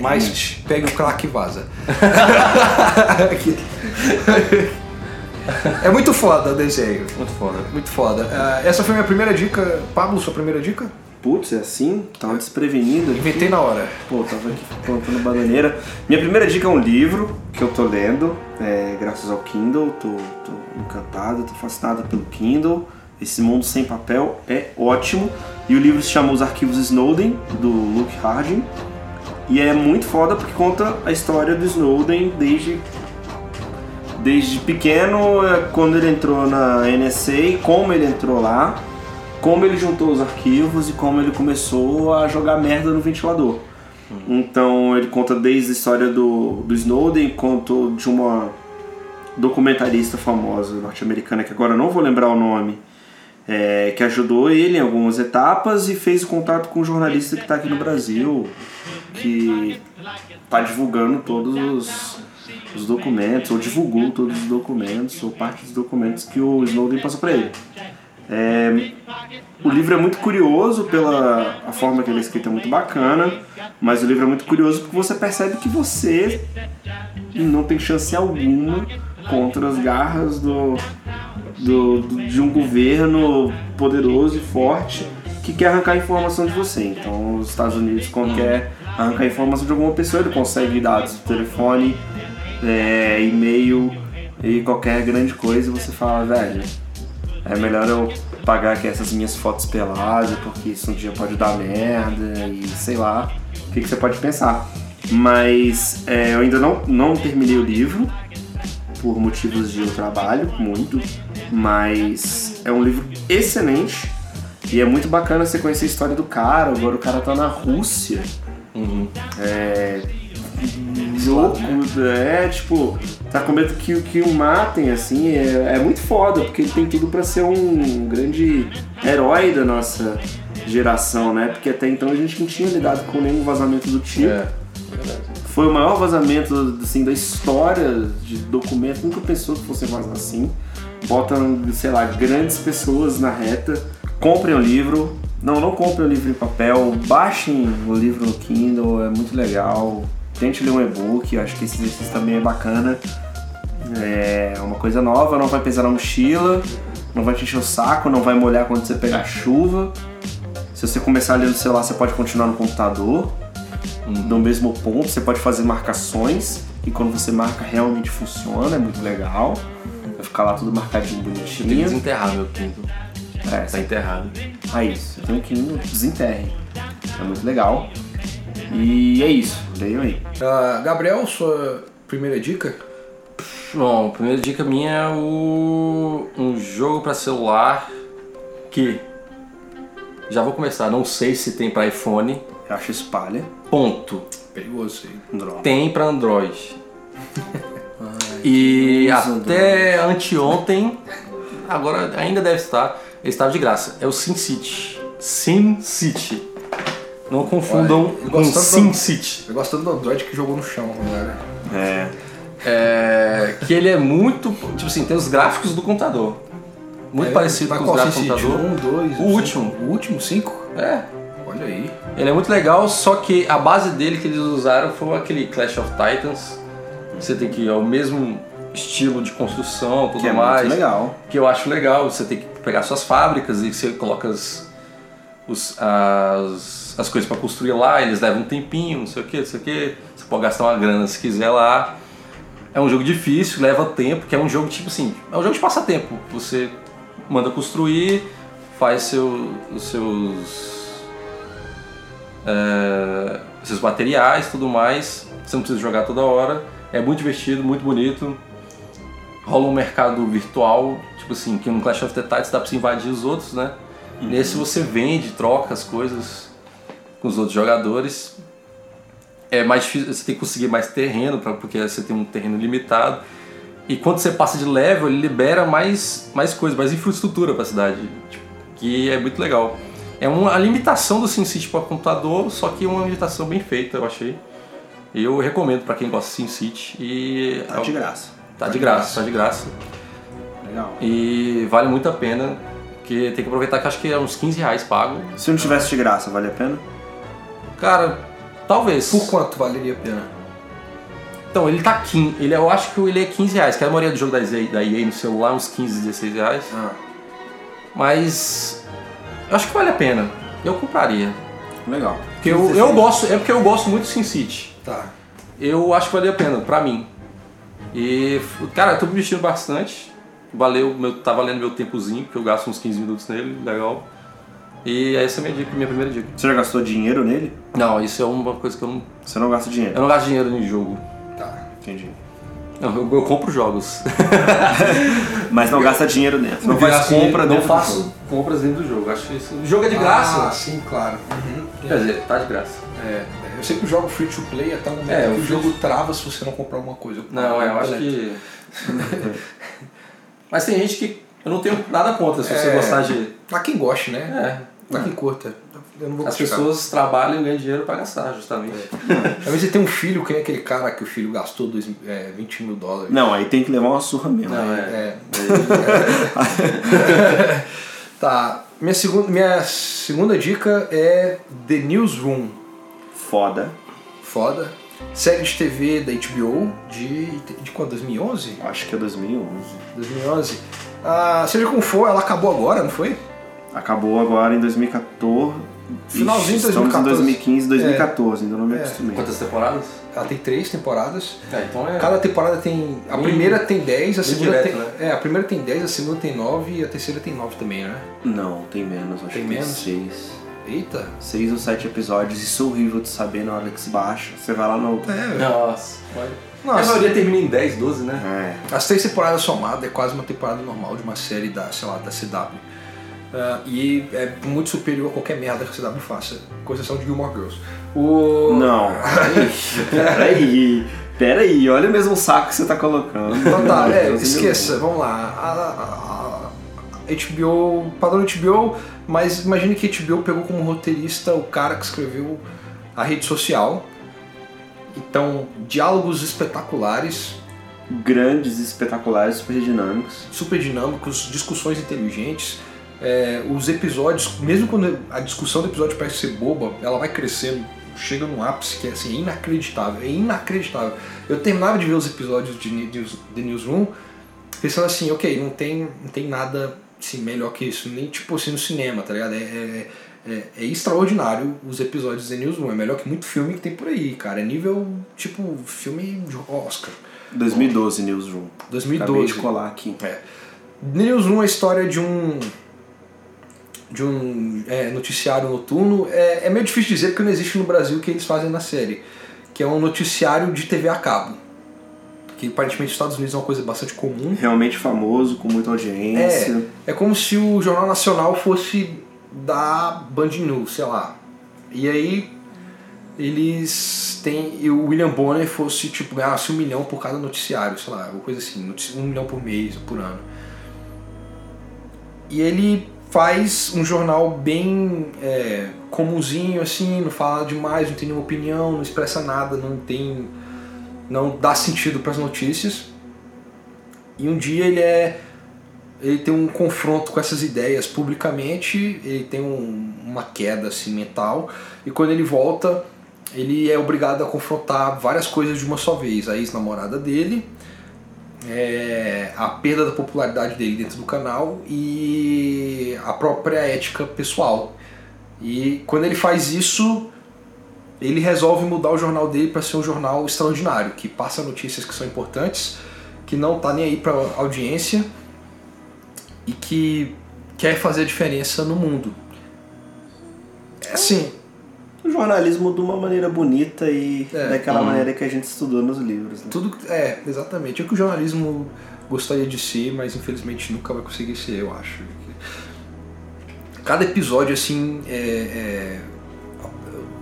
Speaker 1: Mas
Speaker 2: Hum.
Speaker 1: pega o crack e
Speaker 2: (laughs)
Speaker 1: vaza. (laughs) é muito foda o desenho.
Speaker 3: Muito foda.
Speaker 1: Muito foda. Ah, essa foi minha primeira dica. Pablo, sua primeira dica?
Speaker 2: Putz, é assim? Tava desprevenido. aqui.
Speaker 1: Inventei na hora.
Speaker 2: Pô, tava aqui plantando bananeira. Minha primeira dica é um livro que eu tô lendo, é, graças ao Kindle. Tô, tô encantado, tô fascinado pelo Kindle. Esse mundo sem papel é ótimo. E o livro se chama Os Arquivos Snowden, do Luke Harding. E é muito foda porque conta a história do Snowden desde desde pequeno, eh, quando ele entrou na NSA, como ele entrou lá, como ele juntou os arquivos e como ele começou a jogar merda no ventilador. Então ele conta desde a história do, do Snowden, contou de uma documentarista famosa norte-americana, que agora eu não vou lembrar o nome, eh, que ajudou ele em algumas etapas e fez o contato com um jornalista que está aqui no Brasil, que está divulgando todos os, os documentos, ou divulgou todos os documentos, ou parte dos documentos que o Snowden passou para ele. É, o livro é muito curioso pela a forma que ele é escrito é muito bacana, mas o livro é muito curioso porque você percebe que você não tem chance alguma contra as garras do, do- do- de um governo poderoso e forte que quer arrancar informação de você. Então, os Estados Unidos, quando quer arrancar informação de alguma pessoa, ele consegue dados do telefone, é, e-mail e qualquer grande coisa, e você fala, velho, é melhor eu pagar aqui essas minhas fotos peladas, porque isso um dia pode dar merda e sei lá o que, que você pode pensar. Mas é, eu ainda não, não terminei o livro, por motivos de eu trabalho muito, mas é um livro excelente e é muito bacana você conhecer a história do cara. Agora o cara tá na Rússia. É. Louco, é tipo, tá com medo que, que o matem, assim, é, é muito foda, porque ele tem tudo pra ser um grande herói da nossa geração, né? Porque até então a gente não tinha lidado com nenhum vazamento do tipo.
Speaker 3: É.
Speaker 2: Foi o maior vazamento assim, da história de documento. Nunca pensou que fosse vazar assim. Botam, sei lá, grandes pessoas na reta. Comprem o livro. Não, não comprem o livro em papel. Baixem o livro no Kindle, é muito legal. Tente ler um e-book, eu acho que esse exercício também é bacana. É uma coisa nova, não vai pesar na mochila, não vai te encher o saco, não vai molhar quando você pegar
Speaker 3: É.
Speaker 2: chuva. Se você começar a ler no celular, você pode continuar no computador
Speaker 3: Uhum.
Speaker 2: no mesmo ponto, você pode fazer marcações e quando você marca realmente funciona, é muito legal. Vai ficar lá tudo marcadinho,
Speaker 3: Eu tenho que
Speaker 2: bonitinho.
Speaker 3: desenterrar meu quinto.
Speaker 2: É,
Speaker 3: Tá enterrado.
Speaker 2: aí, você tem um Kindle, desenterre. É muito legal. E é isso, leiam aí.
Speaker 1: Ah, Gabriel, sua primeira dica?
Speaker 3: Bom, a primeira dica minha é o... um jogo pra celular que... Já vou começar, não sei se tem pra iPhone.
Speaker 2: Eu acho espalha,
Speaker 3: Ponto.
Speaker 1: Perigoso aí.
Speaker 2: droga.
Speaker 3: Tem pra
Speaker 1: (laughs)
Speaker 3: Android. e até anteontem, agora ainda deve estar, ele estava de graça. É o SimCity. SimCity. Não confundam
Speaker 1: Olha, eu
Speaker 3: com
Speaker 1: gosto tanto do-
Speaker 3: SimCity.
Speaker 1: Eu gosto tanto do Android que jogou no chão, né, galera.
Speaker 3: um
Speaker 2: É,
Speaker 3: É, que ele é muito. Tipo assim, tem os gráficos do computador. Muito
Speaker 1: É,
Speaker 3: parecido
Speaker 1: mas
Speaker 3: com os
Speaker 1: qual
Speaker 3: gráficos do
Speaker 1: SimCity?
Speaker 3: computador.
Speaker 1: Um, dois,
Speaker 3: O
Speaker 1: cinco.
Speaker 3: último.
Speaker 1: O último, cinco?
Speaker 3: É.
Speaker 1: Olha aí.
Speaker 3: Ele é muito legal, só que a base dele que eles usaram foi aquele Clash of Titans. Você tem que ir ao mesmo estilo de construção, tudo
Speaker 2: que é
Speaker 3: mais.
Speaker 2: muito legal.
Speaker 3: que eu acho legal. Você tem que pegar suas fábricas e você coloca as, os- as, as coisas para construir lá, eles levam um tempinho, não sei o que, não sei o que. Você pode gastar uma grana se quiser lá. É um jogo difícil, leva tempo, que é um jogo tipo assim, é um jogo de passatempo. Você manda construir, faz seu, os seus é, seus materiais, tudo mais. Você não precisa jogar toda hora. É muito divertido, muito bonito. Rola um mercado virtual, tipo assim, que no Clash of the Titans dá pra você invadir os outros, né? Nesse você vende, troca as coisas com os outros jogadores. É mais difícil, você tem que conseguir mais terreno, pra, porque você tem um terreno limitado. E quando você passa de level, ele libera mais, mais coisas, mais infraestrutura pra cidade, tipo, que é muito legal. É uma limitação do SimCity para computador, só que é uma limitação bem feita, eu achei. Eu recomendo pra quem gosta de SimCity e
Speaker 2: Tá de graça.
Speaker 3: Tá de graça, tá de graça.
Speaker 2: Legal.
Speaker 3: E vale muito a pena, porque tem que aproveitar que acho que é uns 15 reais pago.
Speaker 2: Se não tivesse de graça, vale a pena?
Speaker 3: Cara, talvez.
Speaker 1: Por quanto valeria a pena?
Speaker 3: Então, ele tá 15. Ele, eu acho que ele é 15 reais, que a maioria do jogo da EA, da EA no celular, uns 15, 16 reais.
Speaker 1: Ah,
Speaker 3: Mas eu acho que vale a pena. Eu compraria.
Speaker 2: Legal.
Speaker 3: Porque eu, eu gosto, é porque eu gosto muito do SimCity.
Speaker 1: tá.
Speaker 3: Eu acho que valia a pena, pra mim. E, f- cara, eu tô me vestindo bastante. Valeu, meu, tá valendo meu tempozinho, porque eu gasto uns 15 minutos nele, legal. E essa é a minha dica, minha primeira dica.
Speaker 2: Você já gastou dinheiro nele?
Speaker 3: Não, isso é uma coisa que eu não.
Speaker 2: Você não gasta dinheiro.
Speaker 3: Eu não gasto dinheiro em jogo.
Speaker 1: Tá.
Speaker 2: Entendi.
Speaker 3: Não, eu, eu compro jogos.
Speaker 2: Mas não gasta dinheiro dentro. Não
Speaker 3: Eu
Speaker 2: faz
Speaker 3: gasto
Speaker 2: compra
Speaker 3: dinheiro- não
Speaker 2: dentro do
Speaker 3: faço
Speaker 2: jogo.
Speaker 3: compras dentro do jogo. Acho que isso. O jogo é de graça.
Speaker 1: Ah, sim, claro. Uhum.
Speaker 3: Quer dizer, tá de graça.
Speaker 1: É, é, eu sei que o jogo free to play até o momento
Speaker 3: É,
Speaker 1: que
Speaker 3: o
Speaker 1: o jogo trava se você não comprar alguma coisa.
Speaker 3: Não, é, eu acho
Speaker 1: É.
Speaker 3: que. Mas tem gente que. Eu não tenho nada contra se você
Speaker 1: É.
Speaker 3: gostar de.
Speaker 1: Pra quem goste, né?
Speaker 3: É.
Speaker 1: Pra quem curta. Eu não vou
Speaker 3: As
Speaker 1: criticar.
Speaker 3: pessoas trabalham e ganham dinheiro pra gastar, justamente.
Speaker 1: Às vezes você tem um filho, que nem aquele cara que o filho gastou dois, é, 20 mil dólares.
Speaker 2: Não, aí tem que levar uma surra mesmo.
Speaker 3: Não, é. (laughs)
Speaker 1: É. tá. Minha segunda, minha segunda dica é The Newsroom.
Speaker 2: Foda.
Speaker 1: Foda. Série de TV da HBO de, de quando? 2011?
Speaker 2: Acho que é 2011.
Speaker 1: 2011. Ah, seja como for, ela acabou agora, não foi?
Speaker 2: Acabou agora em 2014.
Speaker 1: Finalzinho de
Speaker 2: Estamos em
Speaker 1: 2014.
Speaker 2: 2015, 2014. Ainda então não me
Speaker 1: É.
Speaker 2: acostumei.
Speaker 3: Quantas temporadas?
Speaker 1: Ela tem três temporadas.
Speaker 3: É, então é.
Speaker 1: Cada temporada tem. A
Speaker 3: Bem-
Speaker 1: primeira tem 10, a
Speaker 3: bem
Speaker 1: segunda
Speaker 3: direto, né?
Speaker 1: tem. É, a primeira tem 10, a segunda tem 9 e a terceira tem 9 também, né?
Speaker 2: Não, tem menos. Acho
Speaker 1: Tem
Speaker 2: que
Speaker 1: menos?
Speaker 2: tem seis.
Speaker 1: Eita!
Speaker 2: Seis ou sete episódios. Isso é horrível de saber na hora que se baixa. Você vai lá no...
Speaker 1: É,
Speaker 3: Nossa, pode.
Speaker 1: Nossa.
Speaker 3: A maioria termina em 10, 12, né?
Speaker 2: É.
Speaker 1: As três temporadas somadas é quase uma temporada normal de uma série da, sei lá, da CW. Ah, e é muito superior a qualquer merda que a CW faça, com exceção de Gilmore Girls. O...
Speaker 2: Não. (laughs) peraí. Peraí. Olha o mesmo saco que você tá colocando.
Speaker 1: Então tá,
Speaker 2: (laughs)
Speaker 1: é,
Speaker 2: Deus,
Speaker 1: esqueça, vamos lá. A, a- a- HBO, padrão HBO, mas imagine que HBO pegou como roteirista o cara que escreveu a rede social. Então, diálogos espetaculares,
Speaker 2: meu Deus. Grandes, espetaculares, super dinâmicos.
Speaker 1: super dinâmicos, discussões inteligentes. É, os episódios, mesmo quando a discussão do episódio parece ser boba, ela vai crescendo, chega num ápice que é assim, inacreditável, é inacreditável. Eu terminava de ver os episódios de Ne- News- The Newsroom pensando assim, ok, não tem, não tem nada assim, melhor que isso, nem tipo assim no cinema, tá ligado? É, é- é- é extraordinário os episódios de The Newsroom, é melhor que muito filme que tem por aí, cara. É nível, tipo, filme de Oscar.
Speaker 2: 2012, Newsroom. Acabei
Speaker 1: 2012.
Speaker 2: de colar aqui.
Speaker 1: É. Newsroom é a história de um de um é, noticiário noturno. É, é meio difícil dizer porque não existe no Brasil o que eles fazem na série, que é um noticiário de TV a cabo, que aparentemente nos Estados Unidos é uma coisa bastante comum.
Speaker 2: Realmente famoso, com muita audiência.
Speaker 1: É como se o Jornal Nacional fosse da Band News, sei lá. E aí eles têm. E o William Bonner fosse tipo ganhasse um milhão por cada noticiário, sei lá, uma coisa assim, noti- um milhão por mês, por ano. E ele faz um jornal bem é, comumzinho, assim, não fala demais, não tem nenhuma opinião, não expressa nada, não tem. não dá sentido para as notícias. E um dia ele é. Ele tem um confronto com essas ideias publicamente, ele tem um- uma queda assim, mental, e quando ele volta, ele é obrigado a confrontar várias coisas de uma só vez. A ex-namorada dele, é, a perda da popularidade dele dentro do canal e a própria ética pessoal. E quando ele faz isso, ele resolve mudar o jornal dele para ser um jornal extraordinário, que passa notícias que são importantes, que não tá nem aí para audiência e que quer fazer a diferença no mundo. É assim,
Speaker 2: O jornalismo de uma maneira bonita e
Speaker 1: É.
Speaker 2: daquela maneira que a gente estudou nos livros. Né?
Speaker 1: tudo é, exatamente, é o que o jornalismo gostaria de ser, mas infelizmente nunca vai conseguir ser, eu acho. Cada episódio assim é, é-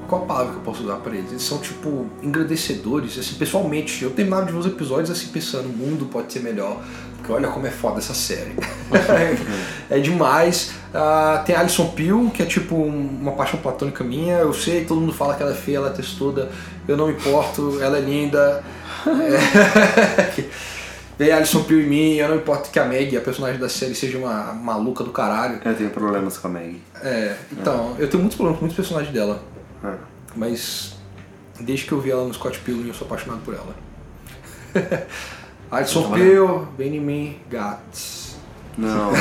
Speaker 1: qual a palavra que eu posso usar pra eles? Eles são tipo engrandecedores, assim, pessoalmente, eu terminava de ver os episódios assim pensando, o mundo pode ser melhor, porque olha como é foda essa série. é demais. Ah, tem a Alison Peel, que é tipo um- uma paixão platônica minha, eu sei, todo mundo fala que ela é feia, ela é textuda, eu não me importo, ela é linda. É. (laughs) Vem Alison Peel em mim, eu não me importo que a Meg, a personagem da série, seja uma maluca do caralho.
Speaker 2: Eu tenho problemas com a Maggie.
Speaker 1: É, então, eu tenho muitos problemas com muitos personagens dela,
Speaker 2: Ah.
Speaker 1: mas desde que eu vi ela no Scott Pilgrim eu sou apaixonado por
Speaker 2: (laughs)
Speaker 1: ela. Alison Peel, vem em (laughs) mim, gatos.
Speaker 2: Não.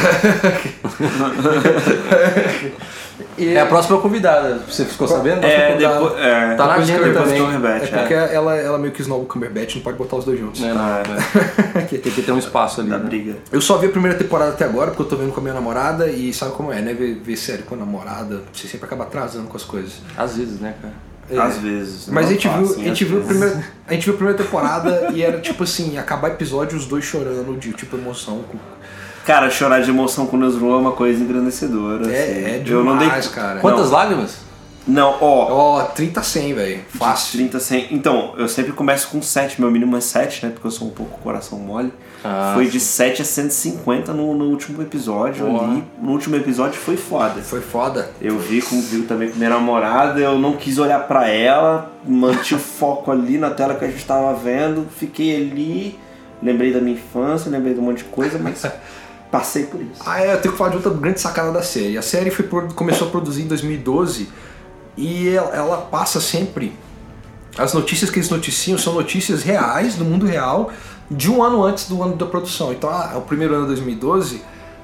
Speaker 3: É a próxima convidada. Você ficou
Speaker 1: Tá
Speaker 3: sabendo? A
Speaker 2: É,
Speaker 3: próxima
Speaker 2: depois.
Speaker 3: convidada.
Speaker 2: É,
Speaker 3: Tá na
Speaker 1: Depois
Speaker 3: agenda
Speaker 1: que eu-
Speaker 3: também.
Speaker 2: depois do Cumberbatch,
Speaker 1: É porque ela, ela meio que esnoba o Cumberbatch, não pode botar os dois juntos.
Speaker 3: É, não, é. Tem que ter um espaço ali.
Speaker 2: da
Speaker 3: né?
Speaker 2: briga.
Speaker 1: Eu só vi a primeira temporada até agora, porque eu tô vendo com a minha namorada e sabe como é, né? Ver, ver série com a namorada, você sempre acaba atrasando com as coisas.
Speaker 3: Às vezes, né, cara?
Speaker 1: É.
Speaker 2: Às vezes.
Speaker 1: Mas
Speaker 2: não
Speaker 1: a gente,
Speaker 2: fácil,
Speaker 1: viu, a, gente
Speaker 2: né? às
Speaker 1: viu a,
Speaker 2: vezes.
Speaker 1: primeira, a gente viu a primeira temporada e era tipo assim, acabar episódio, os dois chorando de tipo emoção.
Speaker 2: Cara, chorar de emoção com o Nesru é uma coisa engrandecedora. assim.
Speaker 1: É, é
Speaker 2: Eu não dei-
Speaker 1: demais, cara.
Speaker 3: Quantas lágrimas?
Speaker 2: Não, ó.
Speaker 1: Ó, 30 a 100, velho. Fácil.
Speaker 2: 30, 100. Então, eu sempre começo com 7, meu mínimo é 7, né? Porque eu sou um pouco coração mole.
Speaker 3: Ah,
Speaker 2: foi
Speaker 3: sim.
Speaker 2: de 7 a 150 no, no último episódio
Speaker 3: Boa.
Speaker 2: ali. No último episódio foi foda.
Speaker 1: Foi foda.
Speaker 2: Eu vi com vi também com minha namorada, eu não quis olhar pra ela, mantive o foco ali na tela que a gente tava vendo, fiquei ali, lembrei da minha infância, lembrei de um monte de coisa,
Speaker 1: (laughs)
Speaker 2: mas passei por isso.
Speaker 1: Ah, é, eu tenho que falar de outra grande sacada da série. A série foi produ- começou a produzir em 2012 e ela, ela passa sempre. As notícias que eles noticiam são notícias reais, do mundo real, de um ano antes do ano da produção. Então, ah, o primeiro ano de 2012,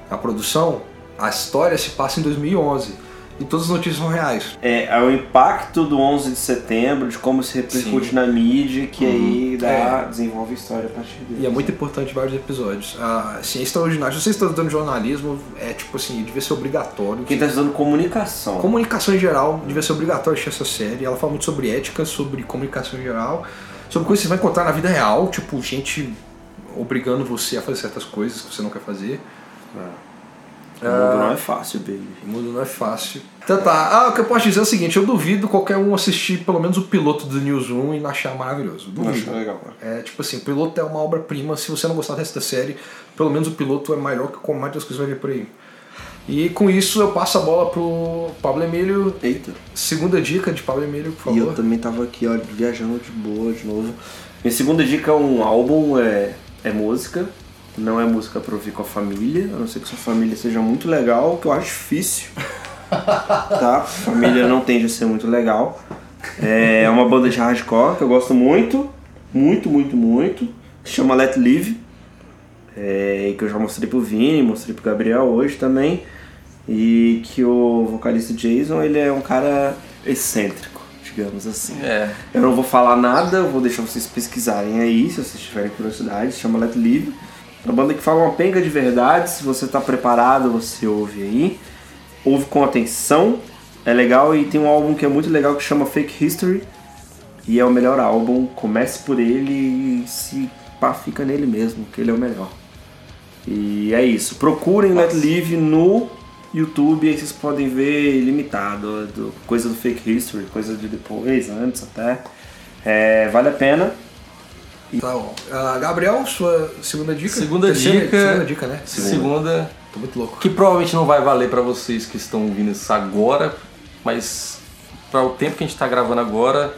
Speaker 1: a produção, a história se passa em 2011. E todas as notícias são reais.
Speaker 2: É, é o impacto do 11 de setembro, de como se repercute na mídia, que aí dá, desenvolve a história a partir disso.
Speaker 1: Uhum. É. E é muito importante vários episódios. A ciência extraordinária, se você está estudando jornalismo, é tipo assim, devia ser obrigatório.
Speaker 2: Quem tá estudando comunicação.
Speaker 1: Comunicação em geral, devia ser obrigatório assistir essa série. Ela fala muito sobre ética, sobre comunicação em geral, sobre coisas que você vai encontrar na vida real, tipo, gente obrigando você a fazer certas coisas que você não quer fazer.
Speaker 2: O mundo
Speaker 1: Ah.
Speaker 2: não é fácil, baby.
Speaker 1: O mundo não é fácil. Então tá, ah, o que eu posso dizer é o seguinte, eu duvido qualquer um assistir pelo menos o piloto do Newsroom e não achar maravilhoso. Duvido.
Speaker 2: legal.
Speaker 1: É tipo assim, o piloto é uma obra-prima. Se você não gostar dessa série, pelo menos o piloto é melhor que o mais das coisas que você vai ver por aí. E com isso eu passo a bola pro Pablo Emílio.
Speaker 2: Eita.
Speaker 1: Segunda dica de Pablo Emílio, por
Speaker 2: E eu
Speaker 1: favor.
Speaker 2: também tava aqui, ó, viajando de boa de novo. Minha segunda dica é um álbum, é, é música. Não é música pra ouvir com a família, a não ser que sua família seja muito legal, o que eu
Speaker 1: (laughs)
Speaker 2: acho difícil. tá? Família não tende a ser muito legal. É uma banda de hardcore que eu gosto muito, muito, muito, muito. Que chama Let Live. É, que eu já mostrei pro Vini, mostrei pro Gabriel hoje também. E que o vocalista Jason, ele é um cara excêntrico, digamos assim.
Speaker 3: É.
Speaker 2: Eu não vou falar nada, eu vou deixar vocês pesquisarem aí, se vocês tiverem curiosidade, chama Let Live. É Uma banda que fala uma penga de verdade, se você tá preparado, você ouve aí. Ouve com atenção, é legal e tem um álbum que é muito legal que chama Fake History. E é o melhor álbum, comece por ele e se pá, fica nele mesmo, que ele é o melhor. E é isso. Procurem Let Live no YouTube, aí vocês podem ver ilimitado, do- coisa do fake history, coisa de depois, antes até. É, vale a pena.
Speaker 1: Tá bom. Ah, Gabriel, sua segunda dica?
Speaker 3: Segunda
Speaker 1: Terceira-
Speaker 3: dica-
Speaker 1: Segunda dica, né?
Speaker 3: Segunda.
Speaker 1: Tô muito louco.
Speaker 3: que provavelmente não vai valer pra vocês que estão ouvindo isso agora, mas para o tempo que a gente tá gravando agora,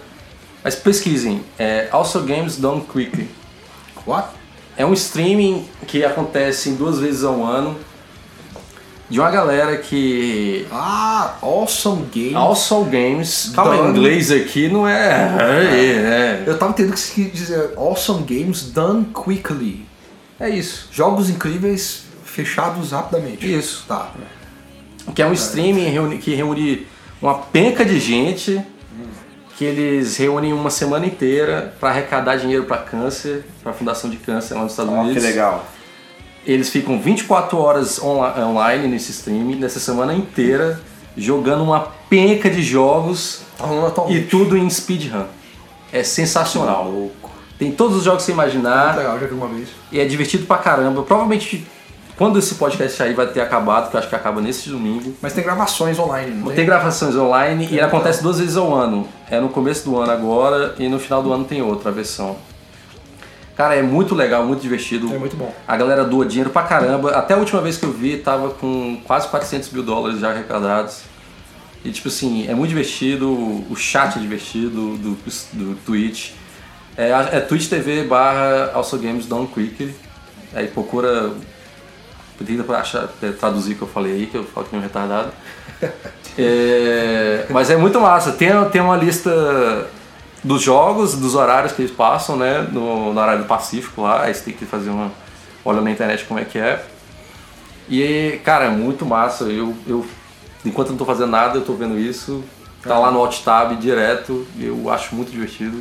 Speaker 3: mas pesquisem, é Also Games Done Quickly.
Speaker 1: What?
Speaker 3: É um streaming que acontece duas vezes ao ano de uma galera que
Speaker 1: Ah, Awesome Game.
Speaker 3: Also Games, calma,
Speaker 1: Done.
Speaker 3: em inglês aqui não é, é,
Speaker 1: Eu tava entendendo que você quis dizer Awesome Games Done Quickly.
Speaker 3: é, é isso.
Speaker 1: Jogos incríveis fechados rapidamente.
Speaker 3: Isso.
Speaker 1: Tá.
Speaker 3: que é um streaming reuni- que reúne uma penca de gente que eles reúnem uma semana inteira para arrecadar dinheiro para câncer, para a Fundação de Câncer lá nos Estados
Speaker 2: Ó, que
Speaker 3: Unidos.
Speaker 2: legal.
Speaker 3: Eles ficam 24 horas onla- eh, online nesse streaming, nessa semana inteira, jogando uma penca de jogos
Speaker 1: Tá rolando
Speaker 3: e
Speaker 1: atualmente.
Speaker 3: tudo em speedrun. É sensacional. Tem todos os jogos que você imaginar.
Speaker 1: Muito Tá legal, já vi uma vez.
Speaker 3: E é divertido pra caramba. Provavelmente quando esse podcast sair vai ter acabado, que eu acho que acaba nesse domingo.
Speaker 1: Mas tem gravações online, não
Speaker 3: Tem gravações online e acontece duas vezes ao ano. É no começo do ano agora e no final do ano tem outra versão. Cara, é muito legal, muito divertido.
Speaker 1: É muito bom.
Speaker 3: A galera doa dinheiro pra caramba. Até a última vez que eu vi, tava com quase 400 mil dólares já arrecadados. E tipo assim, é muito divertido, o chat é divertido do, do Twitch. É, é Twitch TV barra Also Games Down Quick. Aí procura. Tenta pra achar- traduzir o que eu falei aí, que eu falo que nem um retardado. É, mas é muito massa. Tem, tem uma lista dos jogos, dos horários que eles passam, né? No, no horário do Pacífico lá. Aí você tem que fazer uma um olha na internet como é que é. E, cara, é muito massa. Eu, eu Enquanto eu não tô fazendo nada, eu tô vendo isso. Tá lá no Alt Tab direto. e Eu acho muito divertido.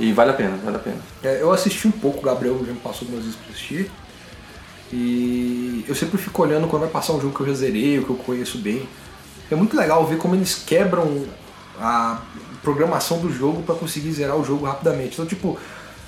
Speaker 3: E vale a pena, vale a pena.
Speaker 1: É, eu assisti um pouco, o Gabriel já me passou algumas vezes pra assistir. E eu sempre fico olhando quando vai passar um jogo que eu já zerei, ou que eu conheço bem. É muito legal ver como eles quebram a programação do jogo pra conseguir zerar o jogo rapidamente. Então, tipo,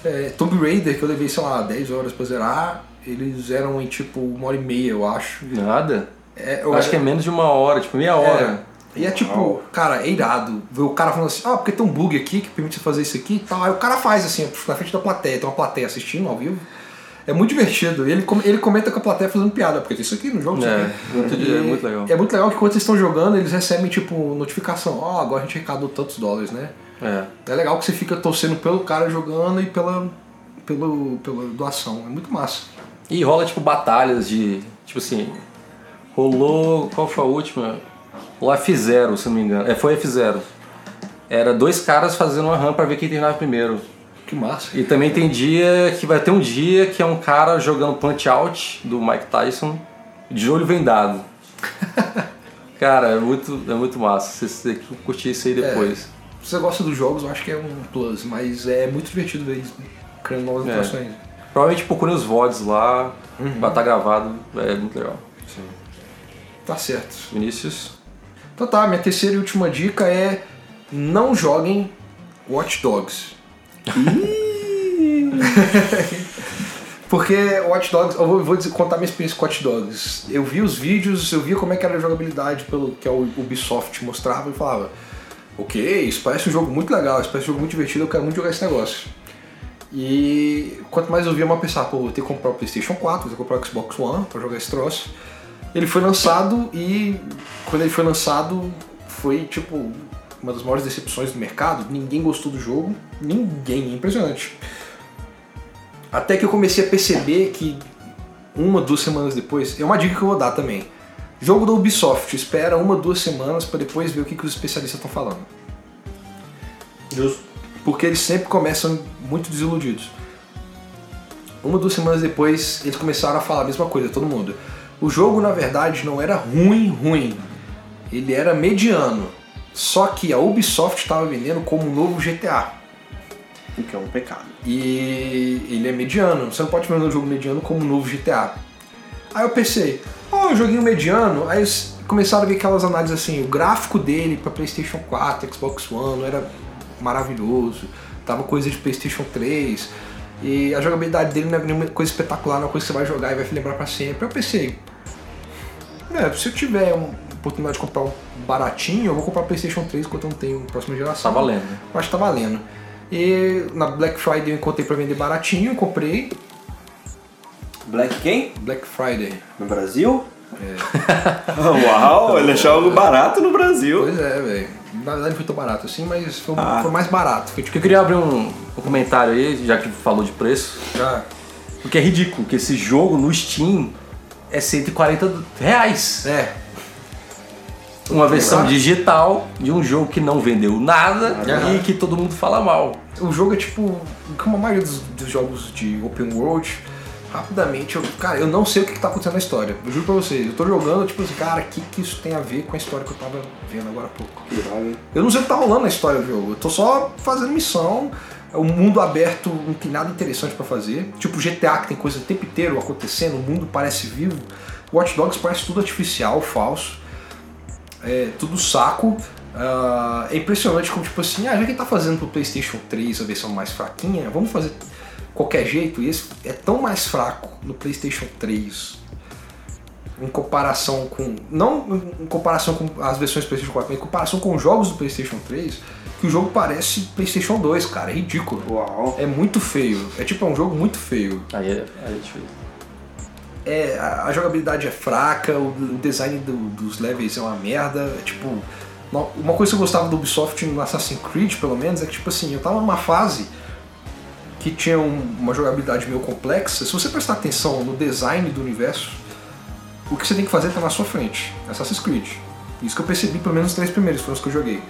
Speaker 1: é, Tomb Raider, que eu levei, sei lá, 10 horas pra zerar, eles zeram em tipo uma hora e meia, eu acho.
Speaker 3: Nada.
Speaker 1: É,
Speaker 3: Eu acho que é menos de uma hora, tipo meia hora.
Speaker 1: é. E é tipo, cara, é irado. Ver o cara falando assim, ah, porque tem um bug aqui que permite você fazer isso aqui e tal. Aí o cara faz assim, na frente da plateia, tem uma plateia assistindo ao vivo. É muito divertido. E ele, com- ele comenta com a plateia fazendo piada, porque tem isso aqui no jogo. isso
Speaker 3: É,
Speaker 1: aqui.
Speaker 3: muito de-
Speaker 1: E
Speaker 3: é muito legal.
Speaker 1: É muito legal que quando vocês estão jogando, eles recebem, tipo, notificação. Ó, agora a gente arrecadou tantos dólares, né?
Speaker 3: É.
Speaker 1: É legal que você fica torcendo pelo cara jogando e pela, pelo, pela doação. É muito massa.
Speaker 3: E rola, tipo, batalhas de. Tipo assim. Rolou. Qual foi a última? O F0, se não me engano. É, foi F0. Era dois caras fazendo uma RAM pra ver quem terminava primeiro.
Speaker 1: Que massa.
Speaker 3: E também tem dia que vai ter um dia que é um cara jogando punch out do Mike Tyson de olho vendado. cara, é muito, é muito massa. Vocês têm que curtir isso aí depois.
Speaker 1: Se você gosta dos jogos, eu acho que é um plus, mas é muito divertido ver eles criando novas
Speaker 3: É.
Speaker 1: atrações.
Speaker 3: Provavelmente procurem os VODs lá, vai estar gravado, é muito legal.
Speaker 1: Tá certo.
Speaker 3: Vinícius?
Speaker 1: Então tá, minha terceira e última dica é não joguem Watch Dogs. (laughs) Porque Watch Dogs, eu vou, vou dizer- contar minha experiência com Watch Dogs. Eu vi os vídeos, eu via como é que era a jogabilidade pelo que a Ubisoft mostrava e falava, ok, isso parece um jogo muito legal, isso parece um jogo muito divertido, eu quero muito jogar esse negócio. E quanto mais eu via, mais eu pensava, pô, vou ter que comprar o PlayStation 4, vou ter que comprar o Xbox One pra jogar esse troço. Ele foi lançado e quando ele foi lançado foi tipo uma das maiores decepções do mercado. Ninguém gostou do jogo, ninguém, é impressionante. Até que eu comecei a perceber que uma, duas semanas depois, é uma dica que eu vou dar também. Jogo da Ubisoft, espera uma, duas semanas pra depois ver o que, que os especialistas estão falando.
Speaker 5: Justo.
Speaker 1: Porque eles sempre começam muito desiludidos. Uma, duas semanas depois, eles começaram a falar a mesma coisa, todo mundo. O jogo, na verdade, não era ruim, ruim. Ele era mediano. Só que a Ubisoft estava vendendo como um novo GTA.
Speaker 2: O que é um pecado.
Speaker 1: E ele é mediano. Você não pode vender um jogo mediano como um novo GTA. Aí eu pensei, ó, um joguinho mediano. Aí eles começaram a ver aquelas análises assim, o gráfico dele pra PlayStation 4, Xbox One era maravilhoso. Tava coisa de PlayStation 3. E a jogabilidade dele não é nenhuma coisa espetacular, não é uma coisa que você vai jogar e vai lembrar pra sempre. Aí eu pensei, é, se eu tiver uma oportunidade de comprar um baratinho, eu vou comprar o PlayStation 3 enquanto eu não tenho próxima
Speaker 3: Tá
Speaker 1: geração.
Speaker 3: valendo. né?
Speaker 1: Eu acho que tá valendo. E na Black Friday eu encontrei pra vender baratinho, comprei.
Speaker 5: Black quem?
Speaker 1: Black Friday.
Speaker 5: No Brasil?
Speaker 2: É. (laughs) Uau, ele achou algo barato no Brasil.
Speaker 1: Pois é, velho. Na verdade não foi tão barato assim, mas foi,
Speaker 2: Ah.
Speaker 1: foi mais barato. Foi tipo,
Speaker 3: Eu queria abrir um, um comentário aí, já que falou de preço.
Speaker 1: já.
Speaker 3: Porque é ridículo que esse jogo no Steam é 140 reais.
Speaker 1: É,
Speaker 3: Uma versão
Speaker 1: Claro.
Speaker 3: digital de um jogo que não vendeu nada
Speaker 1: Aham.
Speaker 3: e que todo mundo fala mal.
Speaker 1: o jogo é tipo. Como a maioria dos, dos jogos de open world, rapidamente eu. Cara, eu não sei o que, que tá acontecendo na história. Eu juro pra vocês, eu tô jogando, tipo assim, cara, o que, que isso tem a ver com a história que eu tava vendo agora há pouco?
Speaker 2: é.
Speaker 1: Eu não sei o que tá rolando na história do jogo. Eu tô só fazendo missão. É um mundo aberto, não tem nada interessante pra fazer. Tipo GTA, que tem coisa o tempo inteiro acontecendo, o mundo parece vivo. Watch Dogs parece tudo artificial, falso. É tudo saco. Ah, é impressionante como, tipo assim, ah, já que tá fazendo pro PlayStation 3 a versão mais fraquinha, vamos fazer qualquer jeito. E esse é tão mais fraco no PlayStation 3 em comparação com. Não em comparação com as versões do PlayStation 4, mas em comparação com os jogos do PlayStation 3, que o jogo parece PlayStation 2, cara. É ridículo.
Speaker 2: Uau.
Speaker 1: É muito feio. É tipo, é um jogo muito feio.
Speaker 3: Aí é, aí é difícil.
Speaker 1: É, a, a jogabilidade é fraca, o, o design do- dos levels é uma merda. É tipo. no- Uma coisa que eu gostava do Ubisoft no Assassin's Creed, pelo menos, é que, tipo assim, eu tava numa fase que tinha um- uma jogabilidade meio complexa. Se você prestar atenção no design do universo, o que você tem que fazer tá na sua frente. Assassin's Creed. Isso que eu percebi, pelo menos os três primeiros foram os que eu joguei.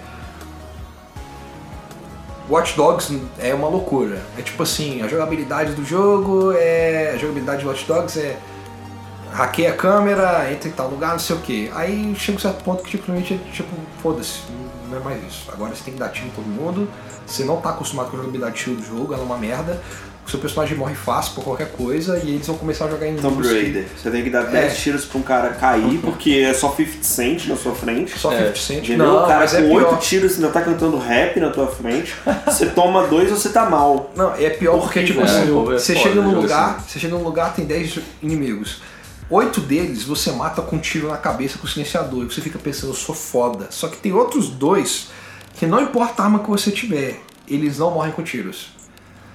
Speaker 1: Watch Dogs é uma loucura. É tipo assim, a jogabilidade do jogo é. A jogabilidade de Watch Dogs é hackeia a câmera, entra em tal lugar, não sei o quê. Aí chega um certo ponto que simplesmente é tipo, foda-se, não é mais isso. Agora você tem que dar tiro em todo mundo, você não tá acostumado com a jogabilidade de tiro do jogo, ela é uma merda. O seu personagem morre fácil por qualquer coisa e eles vão começar a jogar em
Speaker 2: Tomb
Speaker 1: números que-
Speaker 2: Raider. Você tem que dar 10
Speaker 1: É.
Speaker 2: tiros pra um cara (laughs) cair, porque é só 50 Cent na sua frente.
Speaker 1: Só
Speaker 3: É.
Speaker 1: 50 Cent.
Speaker 2: Entendeu? o cara
Speaker 1: mas é
Speaker 2: com
Speaker 1: pior.
Speaker 2: 8 tiros ainda tá cantando rap na tua frente. Você toma dois você tá mal.
Speaker 1: Não, é pior porque, tipo
Speaker 3: É,
Speaker 1: assim,
Speaker 3: pô,
Speaker 1: você
Speaker 3: é foda assim.
Speaker 1: chega num
Speaker 3: jogo
Speaker 1: lugar, você chega num lugar, tem 10 inimigos. Oito deles você mata com um tiro na cabeça com o silenciador. E você fica pensando, eu sou foda. Só que tem outros dois que não importa a arma que você tiver, eles não morrem com tiros.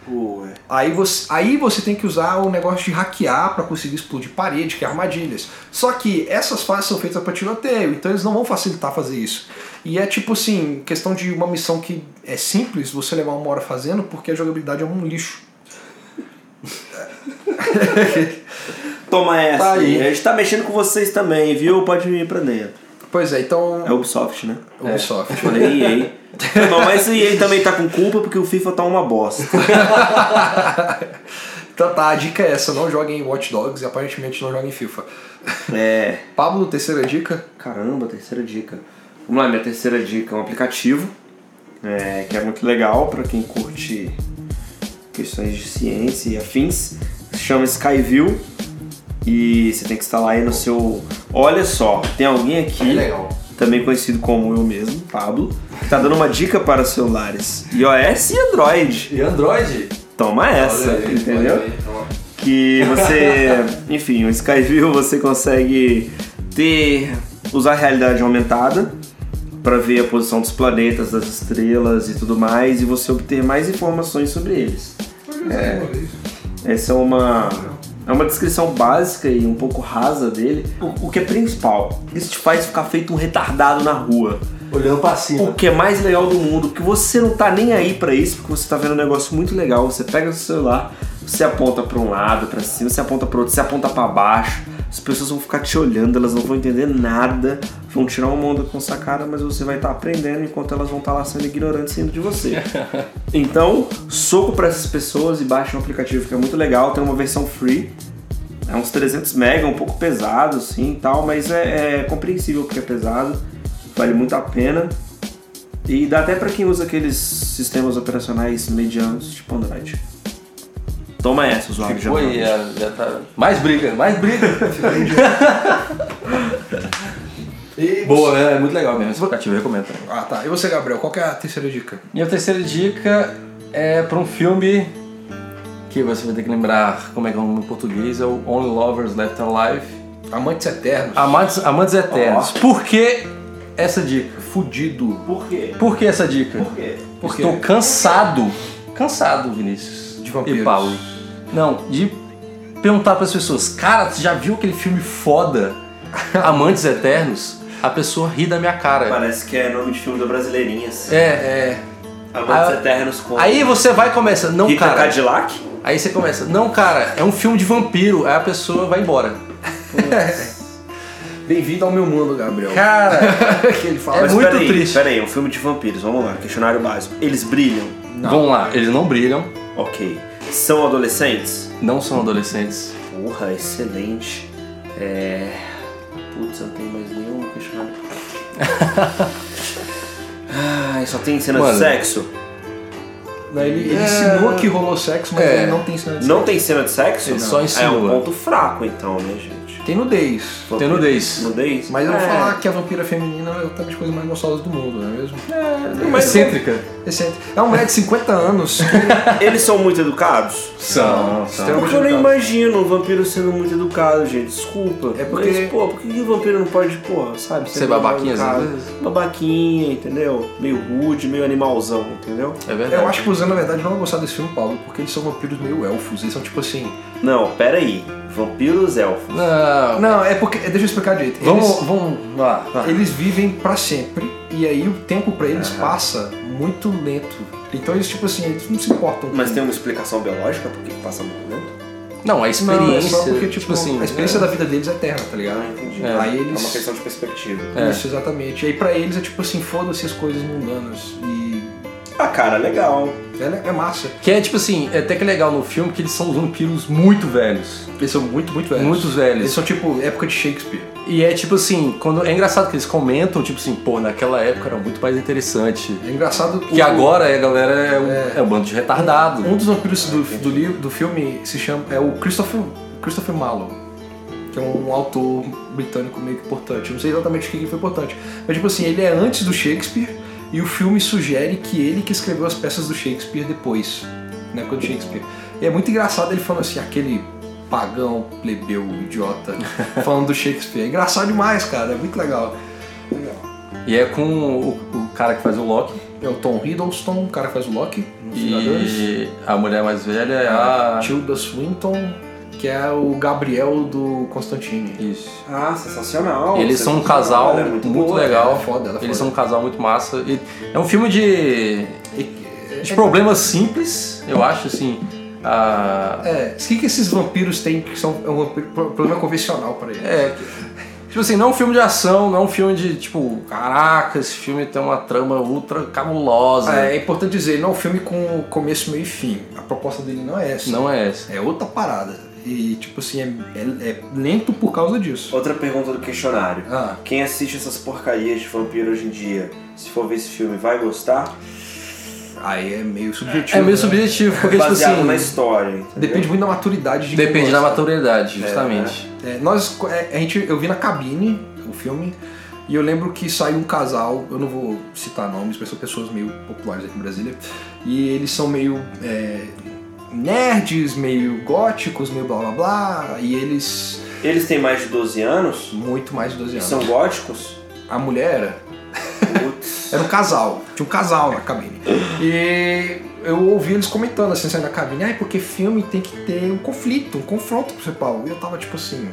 Speaker 2: Pô, é.
Speaker 1: Aí você, aí você tem que usar o negócio de hackear pra conseguir explodir parede, que é armadilhas. Só que essas fases são feitas pra tiroteio, então eles não vão facilitar fazer isso. E é tipo assim, questão de uma missão que é simples, você levar uma hora fazendo, porque a jogabilidade é um lixo.
Speaker 2: Toma essa.
Speaker 3: Tá aí.
Speaker 2: A gente tá mexendo com vocês também, viu? Pode vir pra dentro.
Speaker 1: Pois é, então.
Speaker 2: É Ubisoft, né?
Speaker 1: um Ubisoft. (laughs)
Speaker 2: Olha aí, EA. Não, mas ele também tá com culpa porque o FIFA tá uma bosta.
Speaker 1: Então tá, a dica é essa: não joguem Watch Dogs e aparentemente não joguem FIFA.
Speaker 2: É.
Speaker 1: Pablo, terceira dica.
Speaker 2: Caramba, terceira dica. Vamos lá, minha terceira dica é um aplicativo é, que é muito legal pra quem curte questões de ciência e afins. Se chama Skyview e você tem que instalar aí no seu. Olha só, tem alguém aqui,
Speaker 3: É
Speaker 2: também conhecido como eu mesmo, Pablo, que tá dando uma dica para celulares iOS e Android.
Speaker 3: E Android?
Speaker 2: Toma essa,
Speaker 3: Olha aí,
Speaker 2: entendeu?
Speaker 3: olha aí, ó.
Speaker 2: que você, enfim, o Skyview você consegue ter usar a realidade aumentada para ver a posição dos planetas, das estrelas e tudo mais e você obter mais informações sobre eles.
Speaker 1: É.
Speaker 2: Essa é uma é uma descrição básica e um pouco rasa dele. O, o que é principal, isso te faz ficar feito um retardado na rua.
Speaker 3: Olhando pra
Speaker 2: O
Speaker 3: cima.
Speaker 2: que é mais legal do mundo, que você não tá nem aí pra isso, porque você tá vendo um negócio muito legal, você pega o seu celular, você aponta pra um lado, pra cima, você aponta pro outro, você aponta pra baixo. As pessoas vão ficar te olhando, elas não vão entender nada, vão tirar uma onda com sua cara, mas você vai estar aprendendo enquanto elas vão estar lá sendo ignorantes rindo de você. Então, soco pra essas pessoas e baixa um aplicativo que é muito legal, tem uma versão free. É uns 300 mega, um pouco pesado, sim, e tal, mas é, é compreensível porque é pesado, vale muito a pena. E dá até pra quem usa aqueles sistemas operacionais medianos, tipo Android. Toma essa, usuário de
Speaker 3: Ficou aí,
Speaker 2: Android.
Speaker 3: já, já tá. Mais briga, mais (laughs) briga.
Speaker 1: (laughs)
Speaker 3: Boa, né? é muito legal mesmo. Esse aplicativo eu recomendo. também.
Speaker 1: Ah tá. E você, Gabriel, qual que é a terceira dica?
Speaker 3: Minha terceira dica é pra um filme que você vai ter que lembrar como é que é o nome em português, é o Only Lovers Left Alive.
Speaker 1: Amantes Eternos.
Speaker 3: Amantes, Amantes Eternos. Por que essa dica?
Speaker 1: Fudido.
Speaker 2: Por quê?
Speaker 3: Por que essa dica?
Speaker 2: Por quê?
Speaker 1: Por quê?
Speaker 3: Estou cansado, cansado, Vinícius.
Speaker 1: De vampiros.
Speaker 3: E Paulo. Não, de perguntar para as pessoas, cara, você já viu aquele filme foda, Amantes Eternos? A pessoa ri da minha cara.
Speaker 2: Parece que é nome de filme assim. da Brasileirinhas.
Speaker 3: É, é.
Speaker 2: Amantes
Speaker 3: Ah,
Speaker 2: Eternos com
Speaker 3: Aí você vai e começa, não,
Speaker 2: Rita
Speaker 3: cara.
Speaker 2: Cadillac.
Speaker 3: Aí você começa, não, cara, é um filme de vampiro. Aí a pessoa vai embora.
Speaker 1: Bem-vindo ao meu mundo, Gabriel.
Speaker 3: Cara, (laughs)
Speaker 1: (laughs) que ele fala.
Speaker 3: É muito
Speaker 2: peraí,
Speaker 3: triste.
Speaker 2: Peraí, é um filme de vampiros, vamos lá, questionário básico. Eles brilham?
Speaker 3: vão lá, eles não brilham,
Speaker 2: Ok. São adolescentes?
Speaker 3: não são adolescentes.
Speaker 2: Porra, excelente. É. Putz, eu não tenho mais nenhum
Speaker 1: (laughs)
Speaker 2: questionário. Ai, só tem cena de
Speaker 3: Mano.
Speaker 2: sexo?
Speaker 1: Não, né, Ele, ele insinuou que rolou sexo, mas
Speaker 3: É.
Speaker 1: ele não tem sinal de
Speaker 2: Não tem cena de sexo?
Speaker 3: Ele só
Speaker 2: É um
Speaker 3: insinua.
Speaker 2: ponto fraco, então, né, gente?
Speaker 1: sexo. Tem nudez.
Speaker 3: Tem nudez.
Speaker 2: Nudez?
Speaker 1: Mas eu vou
Speaker 2: É.
Speaker 1: falar que a vampira feminina é uma das coisas mais gostosas do mundo, não é mesmo?
Speaker 3: Excêntrica.
Speaker 1: Excêntrico. É um moleque de 50 (laughs) anos.
Speaker 2: Eles são muito educados?
Speaker 3: São, são.
Speaker 1: Extremamente
Speaker 2: Porque eu nem
Speaker 1: educado.
Speaker 2: imagino um vampiro sendo muito educado, gente. Desculpa.
Speaker 1: É porque-
Speaker 2: Mas, pô, por que que o vampiro não pode, pô, sabe?
Speaker 3: Ser babaquinha,
Speaker 2: educado?
Speaker 3: às vezes?
Speaker 2: Babaquinha, entendeu? Meio rude, meio animalzão, entendeu?
Speaker 3: É verdade.
Speaker 1: Eu acho que o Zé, na verdade, não vai gostar desse filme, Paulo, porque eles são vampiros meio elfos. Eles são tipo assim.
Speaker 2: Não, pera aí. Vampiros elfos.
Speaker 3: Não,
Speaker 1: Não, é porque. Deixa eu explicar direito.
Speaker 3: Vamos,
Speaker 1: Eles,
Speaker 3: vamos lá. vai.
Speaker 1: eles vivem pra sempre. E aí o tempo pra eles passa muito lento. Então eles, tipo assim, eles não se importam.
Speaker 2: Mas tem uma explicação biológica por que que passa muito lento?
Speaker 3: Não, a
Speaker 1: Não,
Speaker 3: experiência.
Speaker 1: é só porque, tipo,
Speaker 3: assim,
Speaker 1: a experiência
Speaker 3: é,
Speaker 1: da vida deles é eterna, tá ligado?
Speaker 3: É,
Speaker 1: Aí eles.
Speaker 2: É uma questão de perspectiva.
Speaker 3: É.
Speaker 1: Isso, exatamente. E aí pra eles é tipo assim, foda-se as coisas mundanas. E.
Speaker 2: Ah, cara, legal.
Speaker 1: Ela é massa.
Speaker 3: Que é tipo assim, é até que legal no filme que eles são os vampiros muito velhos.
Speaker 1: Eles são muito, muito velhos.
Speaker 3: Muito velhos.
Speaker 1: Eles são tipo época de Shakespeare.
Speaker 3: E é tipo assim, quando é engraçado que eles comentam, tipo assim, pô, naquela época era muito mais interessante.
Speaker 1: É engraçado.
Speaker 3: Que
Speaker 1: o-
Speaker 3: agora a galera é um, é um bando de retardado.
Speaker 1: Um dos vampiros do, do livro, do filme se chama é o Christopher, Christopher Marlowe, que é um, autor britânico meio que importante. Eu Não sei exatamente o que que foi importante, mas tipo assim ele é antes do Shakespeare e o filme sugere que ele que escreveu as peças do Shakespeare depois, na época do Shakespeare. E é muito engraçado ele falando assim aquele pagão, plebeu, (laughs) idiota, falando do Shakespeare. É engraçado demais, cara. É muito legal. Legal.
Speaker 3: E é com o, o cara que faz o Loki.
Speaker 1: É o Tom Hiddleston, o cara que faz o Loki nos Vingadores. Ah,
Speaker 3: E a mulher mais velha é a.
Speaker 1: Tilda Swinton, que é o Gabriel do Constantine.
Speaker 3: Isso.
Speaker 5: Ah, sensacional.
Speaker 3: Eles são um casal
Speaker 5: Ela é
Speaker 3: muito,
Speaker 5: boa.
Speaker 3: legal.
Speaker 1: ela é foda, ela é
Speaker 3: Eles
Speaker 1: foda.
Speaker 3: são um casal muito massa. E é um filme de, de problemas simples, eu acho, assim. Ah,
Speaker 1: É, o que, que esses vampiros têm que são é um vampiro- pro- problema convencional pra ele?
Speaker 3: É. Tipo assim, não é um filme de ação, não é um filme de, tipo, caraca, esse filme tem uma trama ultra cabulosa.
Speaker 1: É, é importante dizer, não é um filme com começo, meio e fim. A proposta dele não é essa.
Speaker 3: Não é essa.
Speaker 1: É outra parada. E, tipo assim, é, é- é lento por causa disso.
Speaker 5: Outra pergunta do questionário.
Speaker 1: Ah,
Speaker 5: Quem assiste essas porcarias de vampiro hoje em dia, se for ver esse filme, vai gostar?
Speaker 1: aí é meio subjetivo.
Speaker 3: É meio
Speaker 1: né?
Speaker 3: subjetivo, porque, tipo
Speaker 5: Baseado na
Speaker 3: assim,
Speaker 5: história. entendeu?
Speaker 1: Depende muito da maturidade de quem
Speaker 3: depende da
Speaker 1: gosta.
Speaker 3: maturidade, justamente.
Speaker 1: É, nós, é, a gente, eu vi na cabine o filme e eu lembro que saiu um casal, eu não vou citar nomes, mas são pessoas meio populares aqui em Brasília, e eles são meio é, nerds, meio góticos, meio blá blá blá, e eles
Speaker 5: Eles têm mais de 12 anos?
Speaker 1: muito mais de 12
Speaker 5: E
Speaker 1: anos.
Speaker 5: são góticos?
Speaker 1: A mulher era (laughs)
Speaker 5: Putz.
Speaker 1: Era um casal, tinha um casal na cabine. E eu ouvi eles comentando assim, saindo na cabine, ai, porque filme tem que ter um conflito, um confronto principal. E eu tava tipo assim.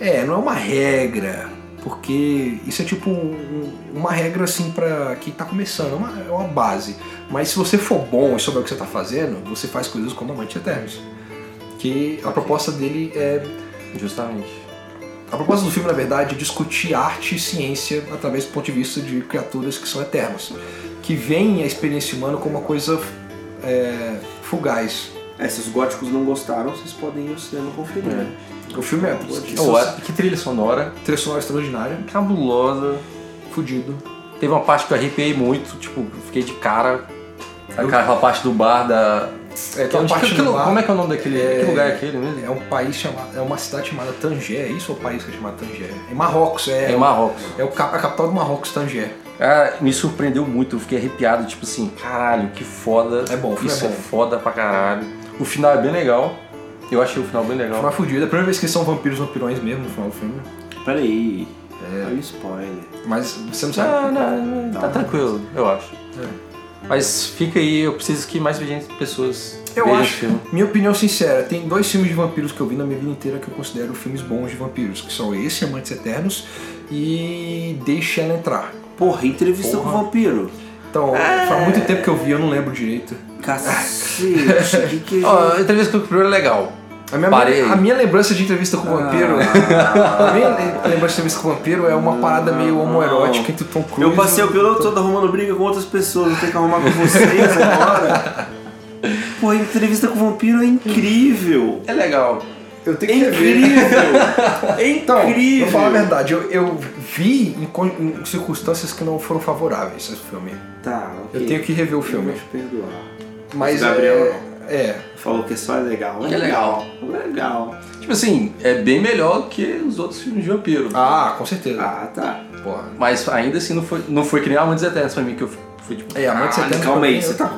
Speaker 1: É, não é uma regra, porque isso é tipo um- uma regra assim pra quem tá começando, é uma, é uma base. Mas se você for bom e souber o que você tá fazendo, você faz coisas como Amantes Eternos. Que a proposta dele é
Speaker 3: Justamente.
Speaker 1: a proposta do filme, na verdade, é discutir arte e ciência através do ponto de vista de criaturas que são eternas, que veem a experiência humana como uma coisa é, fugaz.
Speaker 2: É, se os góticos não gostaram, vocês podem ir ao cinema conferir. né?
Speaker 1: O filme é
Speaker 3: Oh, a- que trilha sonora,
Speaker 1: trilha sonora extraordinária,
Speaker 3: cabulosa.
Speaker 1: fudido.
Speaker 3: Teve uma parte que eu arrepiei muito, tipo, eu fiquei de cara. Aquela parte do bar da.
Speaker 1: É, tem uma
Speaker 3: Onde-
Speaker 1: parte
Speaker 3: que-
Speaker 1: no bar-
Speaker 3: como é que é o nome daquele?
Speaker 1: É-
Speaker 3: Que lugar é aquele mesmo?
Speaker 1: É um país chamado, é uma cidade chamada Tanger, é isso ou o país que é chamado Tanger? É Marrocos,
Speaker 3: É, Então.
Speaker 1: é,
Speaker 3: em Marrocos.
Speaker 1: é o cap- a capital do Marrocos, Tanger.
Speaker 3: Cara, Ah, me surpreendeu muito, eu fiquei arrepiado, tipo assim, caralho, que foda.
Speaker 1: É bom, o filme
Speaker 3: isso
Speaker 1: é
Speaker 3: é,
Speaker 1: bom.
Speaker 3: foda pra caralho. O final é bem legal. Eu achei o final bem
Speaker 1: É
Speaker 3: legal.
Speaker 1: uma fudida, é a primeira vez que eles são vampiros vampirões mesmo no final do filme.
Speaker 2: Peraí. Olha o spoiler.
Speaker 1: Mas você não sabe.
Speaker 3: Ah, não, não, tá tranquilo, eu acho.
Speaker 1: É.
Speaker 3: Mas fica aí, eu preciso que mais gente- pessoas
Speaker 1: Eu
Speaker 3: vejam
Speaker 1: acho.
Speaker 3: esse filme.
Speaker 1: Minha opinião sincera, tem dois filmes de vampiros que eu vi na minha vida inteira que eu considero filmes bons de vampiros, que são esse, Amantes Eternos, e Deixa Ela Entrar.
Speaker 2: Porra, entrevista
Speaker 1: Porra.
Speaker 2: com o vampiro.
Speaker 1: Então,
Speaker 2: É.
Speaker 1: faz muito tempo que eu vi, eu não lembro direito.
Speaker 2: Cacete, o que (laughs) que...
Speaker 3: Ó, a entrevista com o primeiro é legal.
Speaker 1: A minha,
Speaker 3: Parei.
Speaker 1: a minha lembrança de entrevista com o vampiro. (laughs) A minha le- lembrança de entrevista com o vampiro é uma parada meio homoerótica entre o Tom Cruise.
Speaker 2: Ah. Eu passei o piloto todo arrumando briga com outras pessoas, eu tenho que arrumar com vocês agora. Pô, a entrevista com o vampiro é incrível.
Speaker 3: É legal.
Speaker 1: Eu
Speaker 2: É
Speaker 1: tenho que ver.
Speaker 2: incrível. (laughs) É
Speaker 1: Então,
Speaker 2: incrível.
Speaker 1: vou falar a verdade, eu, eu vi em, con- em circunstâncias que não foram favoráveis esse filme.
Speaker 2: Tá, ok.
Speaker 1: Eu tenho que rever o filme.
Speaker 2: Eu vou te perdoar.
Speaker 1: Mas
Speaker 2: Gabriel
Speaker 1: é, é,
Speaker 2: Falou que só é legal.
Speaker 3: É legal.
Speaker 2: Legal.
Speaker 3: Tipo assim, é bem melhor que os outros filmes de vampiro.
Speaker 1: Ah, com certeza.
Speaker 2: Ah, tá.
Speaker 1: Porra.
Speaker 3: Mas ainda assim não foi, não foi que nem Amantes Eternos pra mim, que eu fui tipo.
Speaker 1: É, Amantes
Speaker 3: caralho.
Speaker 1: Eternos-
Speaker 2: Calma aí, você tá.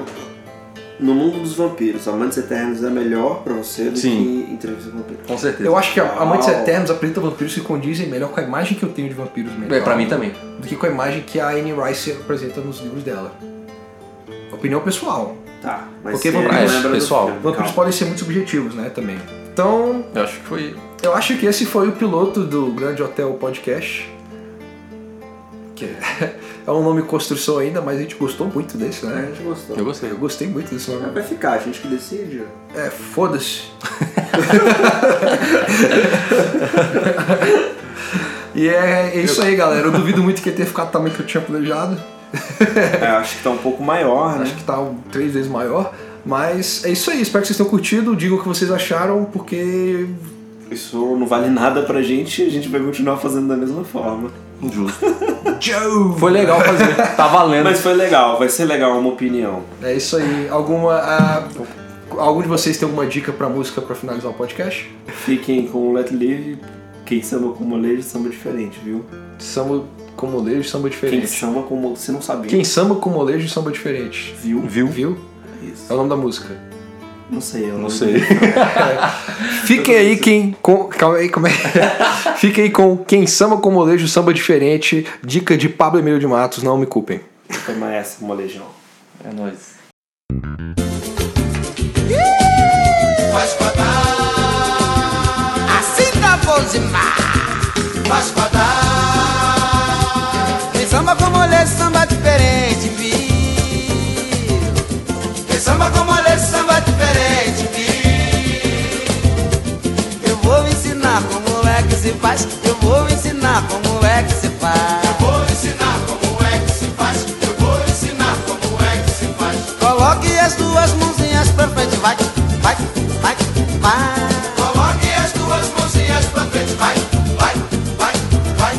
Speaker 2: No mundo dos vampiros, Amantes Eternos é melhor pra você do
Speaker 3: Sim.
Speaker 2: que Entrevista com o Vampiro.
Speaker 3: Com certeza.
Speaker 1: Eu acho que a Amantes
Speaker 2: Uau.
Speaker 1: Eternos apresenta vampiros que condizem melhor com a imagem que eu tenho de vampiros mesmo.
Speaker 3: É, pra mim também.
Speaker 1: Do que com a imagem que a Anne Rice apresenta nos livros dela. Opinião pessoal.
Speaker 2: Tá, mas
Speaker 1: Porque
Speaker 2: você não
Speaker 1: vampiros,
Speaker 2: lembra do
Speaker 3: pessoal,
Speaker 2: filme,
Speaker 1: Vampiros
Speaker 2: calma.
Speaker 1: podem ser muito subjetivos, né, também. Então,
Speaker 3: Eu acho que foi.
Speaker 1: eu acho que esse foi o piloto do Grande Hotel Podcast. Que é, é (laughs) um nome em construção ainda, mas a gente gostou muito desse,
Speaker 2: É, a
Speaker 1: né?
Speaker 2: gente gostou.
Speaker 3: Eu gostei.
Speaker 1: Eu gostei muito desse
Speaker 2: É,
Speaker 1: nome.
Speaker 2: Vai ficar, a gente que decide.
Speaker 1: É, foda-se. e é, é isso aí, galera. Eu duvido muito que tenha ficado também que eu tinha planejado.
Speaker 5: É, acho que tá um pouco maior, né?
Speaker 1: Acho que tá um- três vezes maior. Mas é isso aí, espero que vocês tenham curtido. Digam o que vocês acharam, porque.
Speaker 5: Isso não vale nada pra gente e a gente vai continuar fazendo da mesma forma.
Speaker 3: Justo.
Speaker 1: Joe!
Speaker 3: Foi legal fazer. Tá valendo.
Speaker 5: Mas foi legal, vai ser legal uma opinião.
Speaker 1: É isso aí. Alguma. ah, algum de vocês tem alguma dica pra música pra finalizar o podcast?
Speaker 5: Fiquem com o Let Live, quem samba com molejo samba diferente, viu?
Speaker 1: Samba com molejo, samba
Speaker 5: Quem
Speaker 1: diferente.
Speaker 5: samba com molejo, você não sabia,
Speaker 1: Quem samba com molejo, samba diferente.
Speaker 5: viu?
Speaker 3: Viu?
Speaker 1: Viu? É
Speaker 5: Isso.
Speaker 1: o nome da música.
Speaker 5: Não sei, eu
Speaker 3: Não sei.
Speaker 1: Fiquem aí quem. Com, calma aí, como é? Fiquem aí (laughs) com quem samba com molejo, samba diferente. Dica de Pablo Emílio de Matos, não me culpem.
Speaker 5: Toma essa, molejão.
Speaker 3: É nóis.
Speaker 6: Assim tá bom demais. Tem samba com mulher, samba diferente, viu? Tem samba com mulher, samba diferente, viu? Eu vou ensinar como é que se faz. Eu vou ensinar como é que se faz. Eu vou ensinar como é que se faz. Eu vou ensinar como é que se faz. Coloque as duas mãozinhas pra frente, vai, vai, vai, vai. Coloque as duas mãozinhas pra frente, vai, vai, vai, vai.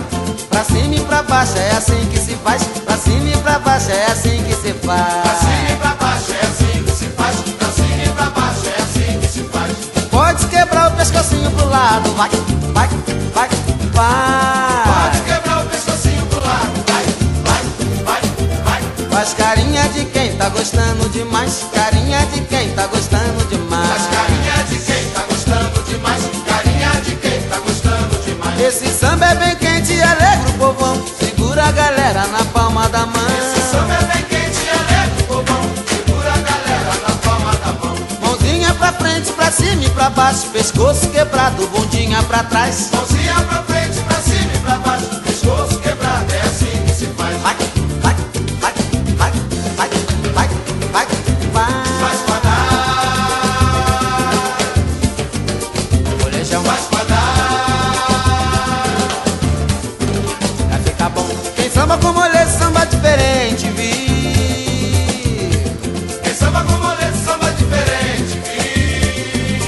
Speaker 6: Pra cima e pra baixo é assim que se faz. Pra cima e pra baixo é assim que se faz. Pra cima e pra baixo é assim que se faz. Pra cima e pra baixo é assim que se faz. Pode quebrar o pescocinho pro lado, vai, vai, vai, vai. Pode quebrar o pescocinho pro lado, vai, vai, vai, vai. Faz carinha de quem tá gostando demais. Carinha de quem tá gostando demais. Faz carinha de quem tá gostando demais. Carinha de quem tá gostando demais. Esse samba é bem quente e alegra o povão. Segura a galera na palma da mão. Esse samba é bem quente e alegra o povão. Segura a galera na palma da mão. Mãozinha pra frente, pra cima e pra baixo. Pescoço quebrado, bundinha pra trás. Mãozinha pra frente, pra cima e pra baixo. Pescoço quebrado, é assim que se faz. Vai, vai, vai, vai, vai, vai, vai, vai. Faz O é um molejão faz Vai ficar bom. Quem samba com molê, samba diferente, vi. Quem samba com molê, samba diferente, vi.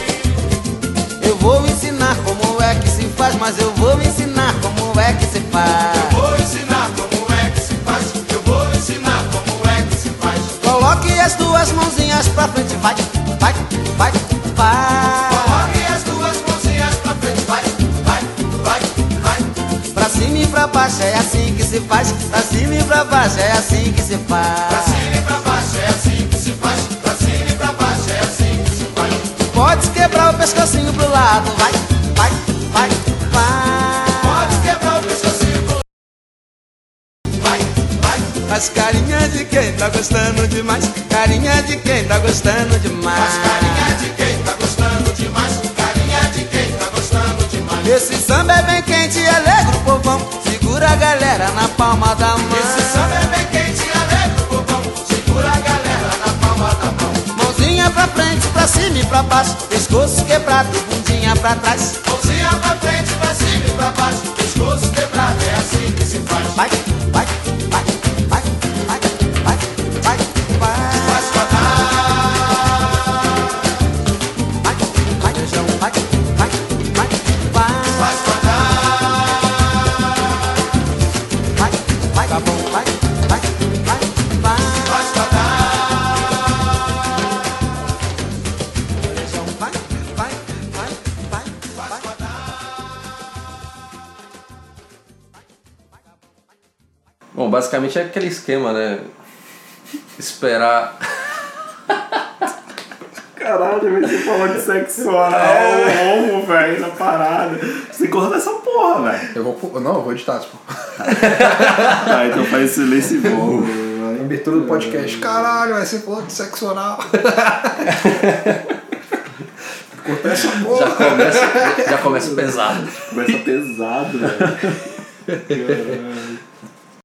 Speaker 6: Eu vou ensinar como é que se faz, mas eu vou ensinar como é que se faz. Eu vou ensinar como é que se faz, eu vou ensinar como é que se faz. Coloque as duas mãozinhas pra frente, vai, vai, vai, vai. Coloque as duas mãozinhas pra frente, vai, vai, vai, vai. Pra cima e pra baixo é assim que se faz. Pra cima e pra baixo é assim que se faz. Pra cima e pra baixo é assim que se faz. Pra cima e pra baixo é assim que se faz. Pode quebrar o pescocinho pro lado, vai, vai, vai, vai. Pode quebrar o pescocinho pro lado. Vai, vai. Faz carinha de quem tá gostando demais. Carinha de quem tá gostando demais. Faz carinha de quem tá gostando demais. Carinha de quem tá gostando demais. Esse samba é bem quente e alegra o povão. Segura a galera na palma da mão. Esse samba é bem quente e alegra o povão. Segura a galera na palma da mão. Mãozinha pra frente, pra cima e pra baixo. Pescoço quebrado, bundinha pra trás. Mãozinha pra frente, pra cima e pra baixo. Pescoço quebrado, é assim que se faz. Vai, vai, vai, vai, vai, vai, vai, vai. Faz Vai, vai, João, vai, vai, vai, vai. Faz Vai, vai, tá bom, vai, vai, vai, vai. Faz João, vai, vai, vai, vai, vai.
Speaker 3: Bom, basicamente é aquele esquema, né? Esperar.
Speaker 2: Caralho, você falou de sexo
Speaker 5: É.
Speaker 2: oral, homo, velho, na parada. Você tem que cortar essa porra, velho.
Speaker 1: Eu vou. pu- Não, eu vou editar. pô.
Speaker 2: Tá, então faz silêncio bom.
Speaker 1: Abertura do podcast. Caralho, vai ser falando de sexo oral. Cortar essa porra.
Speaker 3: Já começa, já começa pesado.
Speaker 2: Começa pesado, velho. Caralho.